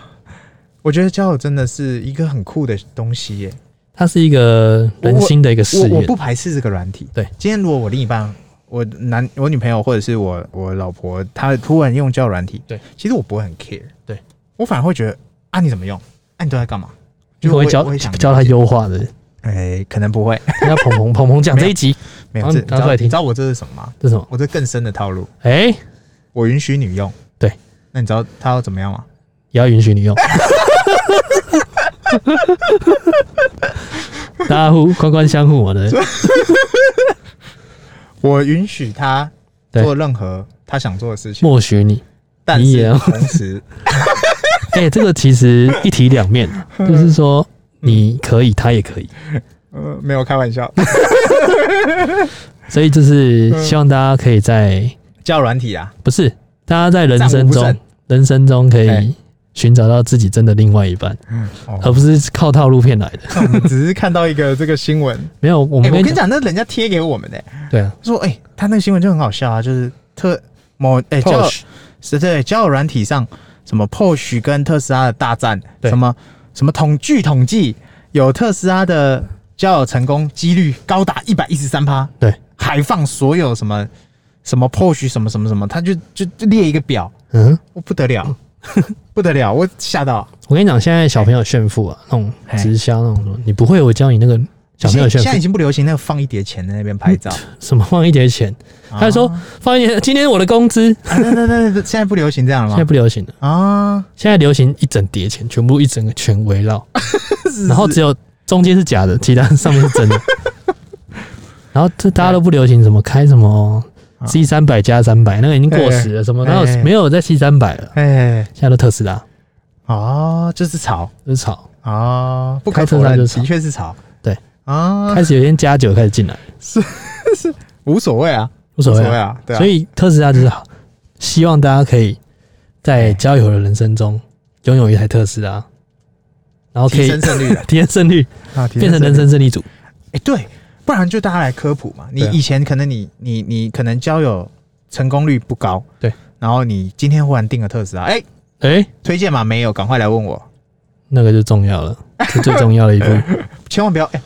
Speaker 2: 我觉得交友真的是一个很酷的东西耶，
Speaker 1: 它是一个人心的一个试
Speaker 2: 我我
Speaker 1: 验
Speaker 2: 不，排斥这个软体。
Speaker 1: 对，
Speaker 2: 今天如果我另一半，我男我女朋友或者是我我老婆，她突然用交友软体，
Speaker 1: 对，
Speaker 2: 其实我不会很 care，
Speaker 1: 对
Speaker 2: 我反而会觉得啊你怎么用？啊你都在干嘛？
Speaker 1: 就会教
Speaker 2: 我也想
Speaker 1: 教他
Speaker 2: 了解，
Speaker 1: 优化的，
Speaker 2: 哎、可能 不会，
Speaker 1: 听到鹏鹏鹏鹏讲
Speaker 2: 没有
Speaker 1: 这一集
Speaker 2: 没有
Speaker 1: 好
Speaker 2: 这
Speaker 1: 你
Speaker 2: 你知
Speaker 1: 哦拿出
Speaker 2: 道
Speaker 1: 来
Speaker 2: 你
Speaker 1: 听
Speaker 2: 知道我这是什么吗？
Speaker 1: 这是什么？
Speaker 2: 我这更深的套路，
Speaker 1: 哎，
Speaker 2: 我允许你用，
Speaker 1: 对，
Speaker 2: 那你知道他要怎么样吗？
Speaker 1: 也要允许你 用。大家互官官相护嘛的，
Speaker 2: 我允许他
Speaker 1: 对
Speaker 2: 做任何他想做的事情，
Speaker 1: 默许你。
Speaker 2: 但
Speaker 1: 你也
Speaker 2: 是
Speaker 1: 要
Speaker 2: 同时，
Speaker 1: 哎、这个其实一体两面，
Speaker 2: 嗯
Speaker 1: 就是说你可以，他也可以，
Speaker 2: 呃，没有开玩笑，
Speaker 1: 所以就是
Speaker 2: 嗯
Speaker 1: 希望大家可以在
Speaker 2: 交友软体啊，
Speaker 1: 不是大家在人生
Speaker 2: 战无
Speaker 1: 中
Speaker 2: 不，
Speaker 1: 人生中可
Speaker 2: 哎
Speaker 1: 以寻找到自己真的另外一半，
Speaker 2: 哦
Speaker 1: 而不是靠套路骗来的。
Speaker 2: 我们 只是看到一个这个新闻，
Speaker 1: 没有，我们
Speaker 2: 哎、
Speaker 1: 跟
Speaker 2: 我跟
Speaker 1: 你
Speaker 2: 你
Speaker 1: 讲，
Speaker 2: 讲，那人家贴给我们的、
Speaker 1: 对啊，
Speaker 2: 说哎、他那个新闻就很好笑啊，就是特某哎、交友
Speaker 1: Porsche
Speaker 2: 是对交友软体上什么 Porsche 跟特斯拉的大战，
Speaker 1: 对
Speaker 2: 什么什么统据统计，有特斯拉的交友成功几率高达一百一十三趴，
Speaker 1: 对，
Speaker 2: 还放所有什么什么 Porsche 什么什么什么，他就就就列一个表，
Speaker 1: 嗯，
Speaker 2: 我不得了， 不得了，我吓到。
Speaker 1: 我跟你讲，现在小朋友炫富啊，那种
Speaker 2: 嘿
Speaker 1: 直销那种什么，你不会，我教你那个小朋友
Speaker 2: 现
Speaker 1: 炫
Speaker 2: 现在已
Speaker 1: 富，
Speaker 2: 经不流行那个放一叠钱在那边拍照，
Speaker 1: 什么放一叠钱，他说
Speaker 2: 啊
Speaker 1: 放一叠，今天我的工资，
Speaker 2: 啊那那那那现在不流行这样了
Speaker 1: 现在
Speaker 2: 吗？
Speaker 1: 不流行了，
Speaker 2: 啊，
Speaker 1: 现在流行一整叠钱，全部一整个全围绕，
Speaker 2: 是
Speaker 1: 然后
Speaker 2: 是
Speaker 1: 只有中间是假的，其他上面是 真的。然后这大家都不流行什么开什么
Speaker 2: 啊
Speaker 1: C 三百加三百，那个已经过时了，什么
Speaker 2: 哎
Speaker 1: 哪有没有在 C 三百了？
Speaker 2: 哎，
Speaker 1: 现在都特斯拉，
Speaker 2: 哦，就是吵
Speaker 1: 都是炒，
Speaker 2: 哦，不可
Speaker 1: 开车
Speaker 2: 否
Speaker 1: 上
Speaker 2: 认，
Speaker 1: 就
Speaker 2: 的
Speaker 1: 吵
Speaker 2: 确是吵。
Speaker 1: 对
Speaker 2: 啊，
Speaker 1: 开始有点加酒开始进来，
Speaker 2: 无所谓啊，
Speaker 1: 无所
Speaker 2: 无
Speaker 1: 谓
Speaker 2: 所谓
Speaker 1: 啊。
Speaker 2: 啊，对啊，
Speaker 1: 所以特斯拉就是好，希望大家可以
Speaker 2: 哎
Speaker 1: 在交友的人生中拥有一台特斯拉，然后可
Speaker 2: 提
Speaker 1: 以
Speaker 2: 升胜率的
Speaker 1: 提升胜率，
Speaker 2: 啊，提
Speaker 1: 变成
Speaker 2: 胜率
Speaker 1: 人。生胜利组。
Speaker 2: 哎，对，不然就大家来科普嘛。你
Speaker 1: 对啊
Speaker 2: 以前可能你你你可能交友成功率不高，
Speaker 1: 对，
Speaker 2: 然后你今天忽然订了特斯拉，哎，
Speaker 1: 哎，
Speaker 2: 推荐吗？没有，赶快来问我，
Speaker 1: 那个就重要 了，是最重要的一步。
Speaker 2: 千万不要哎。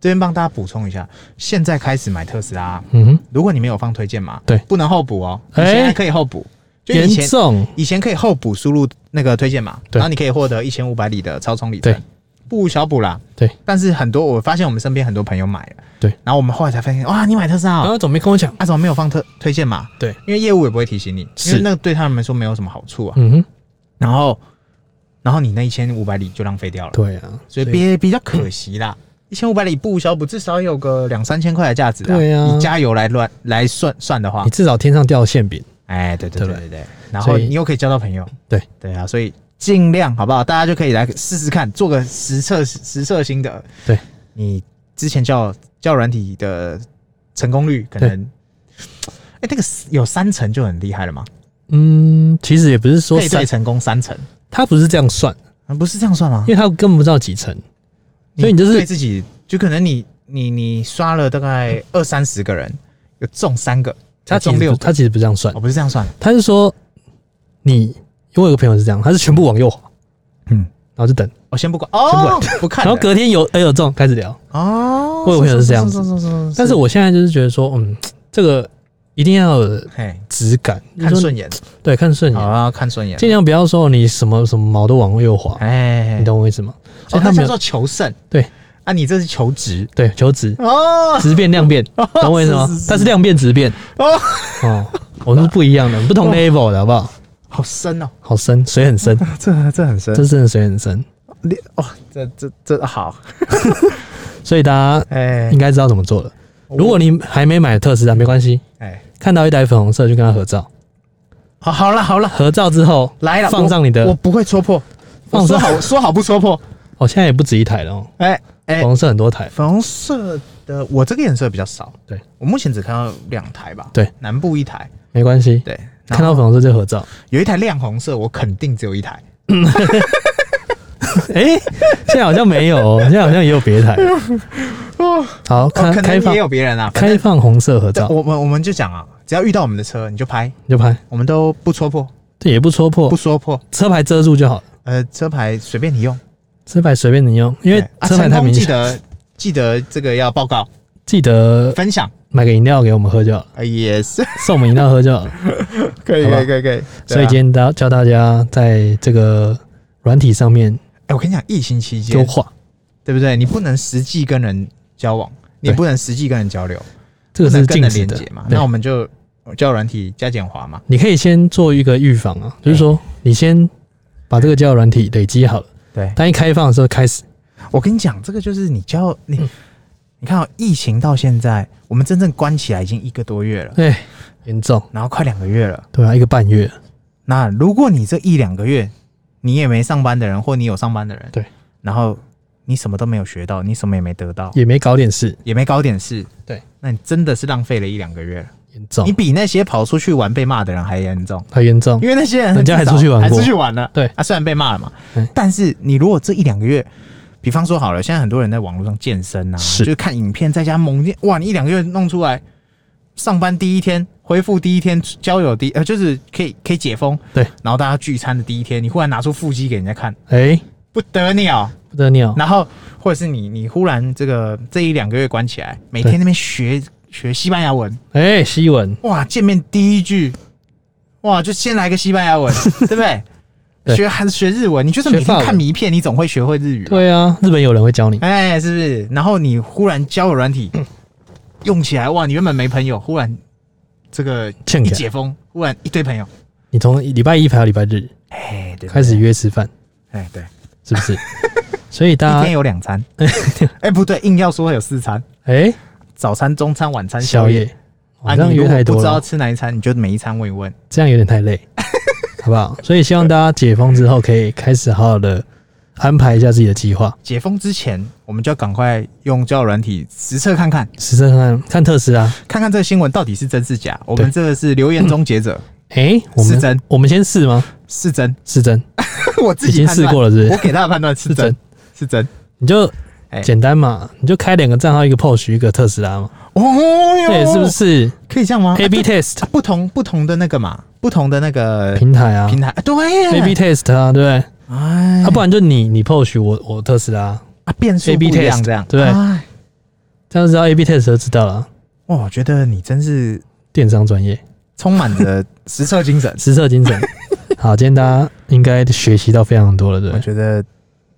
Speaker 2: 这边帮大家补充一下，现在开始买特斯拉，啊
Speaker 1: 嗯哼，
Speaker 2: 如果你没有放推荐码，
Speaker 1: 对
Speaker 2: 不能后补哦。你
Speaker 1: 哎
Speaker 2: 现在可以后补，就以
Speaker 1: 严
Speaker 2: 前
Speaker 1: 重。
Speaker 2: 以前可以后补输入那个推荐码，
Speaker 1: 对
Speaker 2: 然后你可以获得一千五百里的超充里程
Speaker 1: 对，
Speaker 2: 不无小补啦。
Speaker 1: 对，
Speaker 2: 但是很多我发现我们身边很多朋友买了，
Speaker 1: 对，嗯
Speaker 2: 然后我们后来才发现，哇，你买特斯拉、
Speaker 1: 然
Speaker 2: 哦，
Speaker 1: 后总没跟我讲，
Speaker 2: 啊，怎啊么没有放特推荐码？
Speaker 1: 对，
Speaker 2: 因为业务也不会提醒你，因
Speaker 1: 是
Speaker 2: 为那个对他们来说没有什么好处啊。
Speaker 1: 嗯哼，
Speaker 2: 然后，然后你那一千五百里就浪费掉了，
Speaker 1: 对啊，
Speaker 2: 所以比比较可惜啦。一千五百里不无小补，至少有个两三千块的价值啊。
Speaker 1: 对啊
Speaker 2: 以加油来乱来算算的话
Speaker 1: 你，至少天上掉馅饼，
Speaker 2: 哎，对对
Speaker 1: 对
Speaker 2: 对
Speaker 1: 不
Speaker 2: 对对，然后
Speaker 1: 所以
Speaker 2: 你又可以交到朋友，
Speaker 1: 对
Speaker 2: 对啊，所以尽量好不好？大家就可以来试试看，做个实测实测型的。
Speaker 1: 对，
Speaker 2: 你之前叫叫软体的成功率可能，哎、那个有三成就很厉害了嘛？
Speaker 1: 嗯，其实也不是说
Speaker 2: 配对
Speaker 1: 算，
Speaker 2: 成功三成，
Speaker 1: 他不是这样算，
Speaker 2: 啊、不是这样算吗
Speaker 1: 因？为他根本不知道几成，所以你就是
Speaker 2: 对自己，就可能你你你刷了大概二三十个人，有中三个，
Speaker 1: 他
Speaker 2: 才
Speaker 1: 其
Speaker 2: 中
Speaker 1: 实
Speaker 2: 六
Speaker 1: 不
Speaker 2: 个，
Speaker 1: 他其实不这样算
Speaker 2: 哦，，不是这样算，
Speaker 1: 他是说你，我有个朋友是这样，他是全部往右滑，
Speaker 2: 嗯，
Speaker 1: 然后就等，
Speaker 2: 我、先不管
Speaker 1: 先不
Speaker 2: 哦
Speaker 1: 管，
Speaker 2: 不看
Speaker 1: 然
Speaker 2: 了，
Speaker 1: 后隔天有哎有中开始聊，
Speaker 2: 哦，
Speaker 1: 我有朋友是这样子
Speaker 2: 子
Speaker 1: 但是我现在就是觉得说，嗯，这个一定要有
Speaker 2: 嘿，
Speaker 1: 质感，
Speaker 2: 看
Speaker 1: 就是说
Speaker 2: 顺眼，
Speaker 1: 对，看顺
Speaker 2: 好
Speaker 1: 眼，
Speaker 2: 啊，看顺眼，
Speaker 1: 尽量不要说你什么什么毛都往右滑，
Speaker 2: 哎，
Speaker 1: 你懂我意思吗？所
Speaker 2: 哦，
Speaker 1: 以他
Speaker 2: 他
Speaker 1: 没
Speaker 2: 叫
Speaker 1: 有
Speaker 2: 做求胜，
Speaker 1: 对
Speaker 2: 啊，你这是求职
Speaker 1: 对求职，
Speaker 2: 哦，
Speaker 1: 质变量变，懂我意思吗
Speaker 2: 是是是？
Speaker 1: 它是量变质变
Speaker 2: 哦
Speaker 1: 哦，我们是不一样的，不同 level 的好不好？
Speaker 2: 好深哦，
Speaker 1: 好深，水很 深，
Speaker 2: 这这很深
Speaker 1: 这，真的水很深，
Speaker 2: 你哦，这这这好，
Speaker 1: 所以大家
Speaker 2: 哎
Speaker 1: 应该知道怎么做了。
Speaker 2: 哦
Speaker 1: 如果你还没买特斯拉，没关系，
Speaker 2: 哎，
Speaker 1: 看到一台粉红色就跟他合照，
Speaker 2: 好，好了好了，
Speaker 1: 合照之后
Speaker 2: 来了，
Speaker 1: 放
Speaker 2: 我
Speaker 1: 上你
Speaker 2: 我
Speaker 1: 的，
Speaker 2: 不会戳破，我
Speaker 1: 放
Speaker 2: 说
Speaker 1: 上
Speaker 2: 好说好不戳破，
Speaker 1: 哦，现在也不止一台了哦，
Speaker 2: 哎哎
Speaker 1: 粉，红色很多台，
Speaker 2: 粉红色的我这个颜色比较少，
Speaker 1: 对
Speaker 2: 我目前只看到两台吧，
Speaker 1: 对，
Speaker 2: 南部一台，
Speaker 1: 没关系，
Speaker 2: 对，
Speaker 1: 看
Speaker 2: 然后
Speaker 1: 到粉红色就合照。
Speaker 2: 有一台亮红色，我肯定只有一台，
Speaker 1: 哎，现在好像没有，哦，现在好像也有别 台。
Speaker 2: 哦，
Speaker 1: 好，
Speaker 2: 哦
Speaker 1: 开
Speaker 2: 可
Speaker 1: 开
Speaker 2: 能
Speaker 1: 放
Speaker 2: 也有别人啊，反
Speaker 1: 开
Speaker 2: 正
Speaker 1: 放红色合
Speaker 2: 对
Speaker 1: 照
Speaker 2: 我们我们就讲啊，只要遇到我们的车你就拍，
Speaker 1: 你就拍，
Speaker 2: 我们都不戳破，
Speaker 1: 这也不戳破
Speaker 2: 不，说破，
Speaker 1: 车牌遮住就好了。
Speaker 2: 呃，车牌随便你用，
Speaker 1: 车牌随便你用，因为
Speaker 2: 对啊
Speaker 1: 车牌太
Speaker 2: 成功
Speaker 1: 明
Speaker 2: 记
Speaker 1: 显。
Speaker 2: 得记得这个要报告
Speaker 1: 记得
Speaker 2: 分享，
Speaker 1: 买个饮料给我们喝就 好了，
Speaker 2: 呃，也是
Speaker 1: 送我们饮料喝就好了。
Speaker 2: 可以
Speaker 1: 好吧
Speaker 2: 可以可以可以。
Speaker 1: 所以今
Speaker 2: 天，
Speaker 1: 天大教大家在这个软体上面
Speaker 2: 哎，我跟你讲，疫情期
Speaker 1: 优
Speaker 2: 间，
Speaker 1: 化，
Speaker 2: 对不对？你不能实际跟人交往，你
Speaker 1: 对
Speaker 2: 不能实际跟人交流，
Speaker 1: 这个
Speaker 2: 不
Speaker 1: 是
Speaker 2: 能跟
Speaker 1: 禁
Speaker 2: 人
Speaker 1: 止
Speaker 2: 连
Speaker 1: 的
Speaker 2: 接嘛。
Speaker 1: 对
Speaker 2: 那我们就叫软体加减华嘛。
Speaker 1: 你可以先做一个预防啊，就是说你先把这个交友软体累积好了，
Speaker 2: 对，
Speaker 1: 当一开放的时候开始，
Speaker 2: 我跟你讲，这个就是你交你，
Speaker 1: 嗯
Speaker 2: 你看哦，疫情到现在，我们真正关起来已经一个多月了，
Speaker 1: 对，哎严重，
Speaker 2: 然后快两个月了。
Speaker 1: 对啊，一个半月，
Speaker 2: 那如果你这一两个月你也没上班的人，或你有上班的人，
Speaker 1: 对，
Speaker 2: 然后你什么都没有学到，你什么也没得到，也
Speaker 1: 也没搞点事，
Speaker 2: 没搞点事，
Speaker 1: 对，
Speaker 2: 那你真的是浪费了一两个月了。
Speaker 1: 严重
Speaker 2: 你，比那些跑出去玩被骂的人还严重，
Speaker 1: 很严重
Speaker 2: 因，为那些人
Speaker 1: 人家还
Speaker 2: 至少
Speaker 1: 出去玩
Speaker 2: 还
Speaker 1: 过
Speaker 2: 出去玩了。
Speaker 1: 对
Speaker 2: 啊，虽然被骂了嘛
Speaker 1: 嗯，
Speaker 2: 但是你如果这一两个月。比方说好了，现在很多人在网络上健身啊，
Speaker 1: 是
Speaker 2: 就是看影片，在家猛练。哇，你一两个月弄出来，上班第一天，恢复第一天，交友第呃，就是可以可以解封，
Speaker 1: 对，
Speaker 2: 然后大家聚餐的第一天，你忽然拿出腹肌给人家看，
Speaker 1: 哎，
Speaker 2: 不得了。
Speaker 1: 不得了。
Speaker 2: 然后或者是你你忽然这个这一两个月关起来，每天那边学学西班牙文，
Speaker 1: 哎、西文，
Speaker 2: 哇，见面第一句，哇，就先来个西班牙 文，对不对？
Speaker 1: 对
Speaker 2: 学还是学日文，你就是每
Speaker 1: 学法
Speaker 2: 天
Speaker 1: 文
Speaker 2: 看迷片，你总会学会日语吧，
Speaker 1: 对啊，日本有人会教你，
Speaker 2: 哎，是不是？然后你忽然交友 软体用起来，哇，你原本没朋友，忽然这个
Speaker 1: 欠
Speaker 2: 一
Speaker 1: 起来
Speaker 2: 解封，忽然一堆朋友，
Speaker 1: 你从礼拜一排到礼拜日
Speaker 2: 哎，对，对
Speaker 1: 开始，约吃饭，
Speaker 2: 对哎，对，
Speaker 1: 是不 是？所以
Speaker 2: 一
Speaker 1: 大
Speaker 2: 天
Speaker 1: 家，
Speaker 2: 有两 餐，哎，不对，硬要说有四餐，
Speaker 1: 哎、
Speaker 2: 早餐、中餐、晚餐、
Speaker 1: 宵
Speaker 2: 宵夜。
Speaker 1: 夜，我、
Speaker 2: 啊，
Speaker 1: 这样
Speaker 2: 你如
Speaker 1: 约
Speaker 2: 果
Speaker 1: 太
Speaker 2: 不
Speaker 1: 多
Speaker 2: 知道
Speaker 1: 了，
Speaker 2: 吃哪一餐，你就每一餐问一问。
Speaker 1: 这样有点太累， 好不好？所以希望大家解封之后可以开始好好的安排一下自己的计划，
Speaker 2: 解封之前，我们就要赶快用交友软体实测看看，
Speaker 1: 实测看看特斯拉。
Speaker 2: 看看这个新闻到底是真是假。我们
Speaker 1: 对
Speaker 2: 这个是留言终结者，
Speaker 1: 哎、我们
Speaker 2: 是真
Speaker 1: 我们先试吗？
Speaker 2: 是真，
Speaker 1: 是真，
Speaker 2: 我自
Speaker 1: 已
Speaker 2: 己
Speaker 1: 经
Speaker 2: 判
Speaker 1: 试
Speaker 2: 断
Speaker 1: 过了，是不
Speaker 2: 我
Speaker 1: 是？
Speaker 2: 给他的判断是
Speaker 1: 是
Speaker 2: 真
Speaker 1: 真，
Speaker 2: 是真。
Speaker 1: 你就
Speaker 2: 哎
Speaker 1: 简单嘛，你就开两个账号，一个 POS，一个特斯拉嘛，
Speaker 2: 哦 哟，
Speaker 1: 对，是不是
Speaker 2: 可以这样吗
Speaker 1: ？A/B
Speaker 2: 啊
Speaker 1: test
Speaker 2: 对不同不同的那个嘛，不同的那 个
Speaker 1: 平台啊
Speaker 2: 平台，啊对
Speaker 1: ，A/B
Speaker 2: 耶，
Speaker 1: test 啊，对不对？
Speaker 2: 哎
Speaker 1: 啊，不然就你你 POS 我我特斯拉，
Speaker 2: 啊变数
Speaker 1: A
Speaker 2: 不
Speaker 1: B
Speaker 2: 一样
Speaker 1: test，
Speaker 2: 这样，
Speaker 1: 对
Speaker 2: 哎
Speaker 1: 这样知道 A/B test 就知道了啊。
Speaker 2: 哇，我觉得你真是
Speaker 1: 电商专业，，
Speaker 2: 充满着实测精神
Speaker 1: 实测精 神。好，今天大家应该学习到非常多了， 对不
Speaker 2: 我
Speaker 1: 对？
Speaker 2: 觉得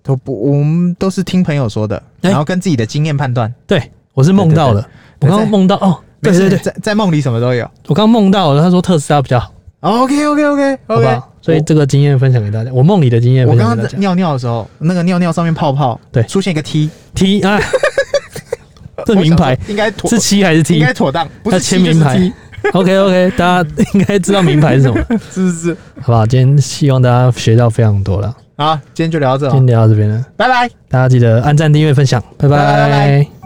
Speaker 2: 都不，我们都是听朋友说的，
Speaker 1: 哎
Speaker 2: 然后跟自己的经验判断。
Speaker 1: 对，我是梦到了，我
Speaker 2: 对对对
Speaker 1: 刚刚梦到哦，对
Speaker 2: 没
Speaker 1: 对
Speaker 2: 事
Speaker 1: 对，
Speaker 2: 在在梦里什么都有。
Speaker 1: 我刚刚梦到了，他说特斯拉比较好，
Speaker 2: OK OK OK
Speaker 1: 好不
Speaker 2: OK，
Speaker 1: 好？所以这个经验分享给大家，我梦里的经验
Speaker 2: 哎我
Speaker 1: 分
Speaker 2: 刚
Speaker 1: 享给大
Speaker 2: 刚
Speaker 1: 家。
Speaker 2: 尿尿的时候，那个尿尿上面泡泡，
Speaker 1: 对
Speaker 2: 出现一个 T，
Speaker 1: T 啊，这
Speaker 2: 我
Speaker 1: 名
Speaker 2: 想
Speaker 1: 牌
Speaker 2: 说应该妥
Speaker 1: 是，七还是
Speaker 2: 应
Speaker 1: T？
Speaker 2: 该妥当，不是
Speaker 1: 要签
Speaker 2: T 就是
Speaker 1: 名牌
Speaker 2: T，
Speaker 1: OK OK，大家应该知道名牌是什么，
Speaker 2: 是不是？
Speaker 1: 好不好？今天希望大家学到非常多了，
Speaker 2: 好，今天就聊到这
Speaker 1: 今
Speaker 2: 哦，
Speaker 1: 天聊到这边了，
Speaker 2: 拜拜。
Speaker 1: 大家记得按赞、订阅、分享，拜
Speaker 2: 拜
Speaker 1: 拜
Speaker 2: 拜拜。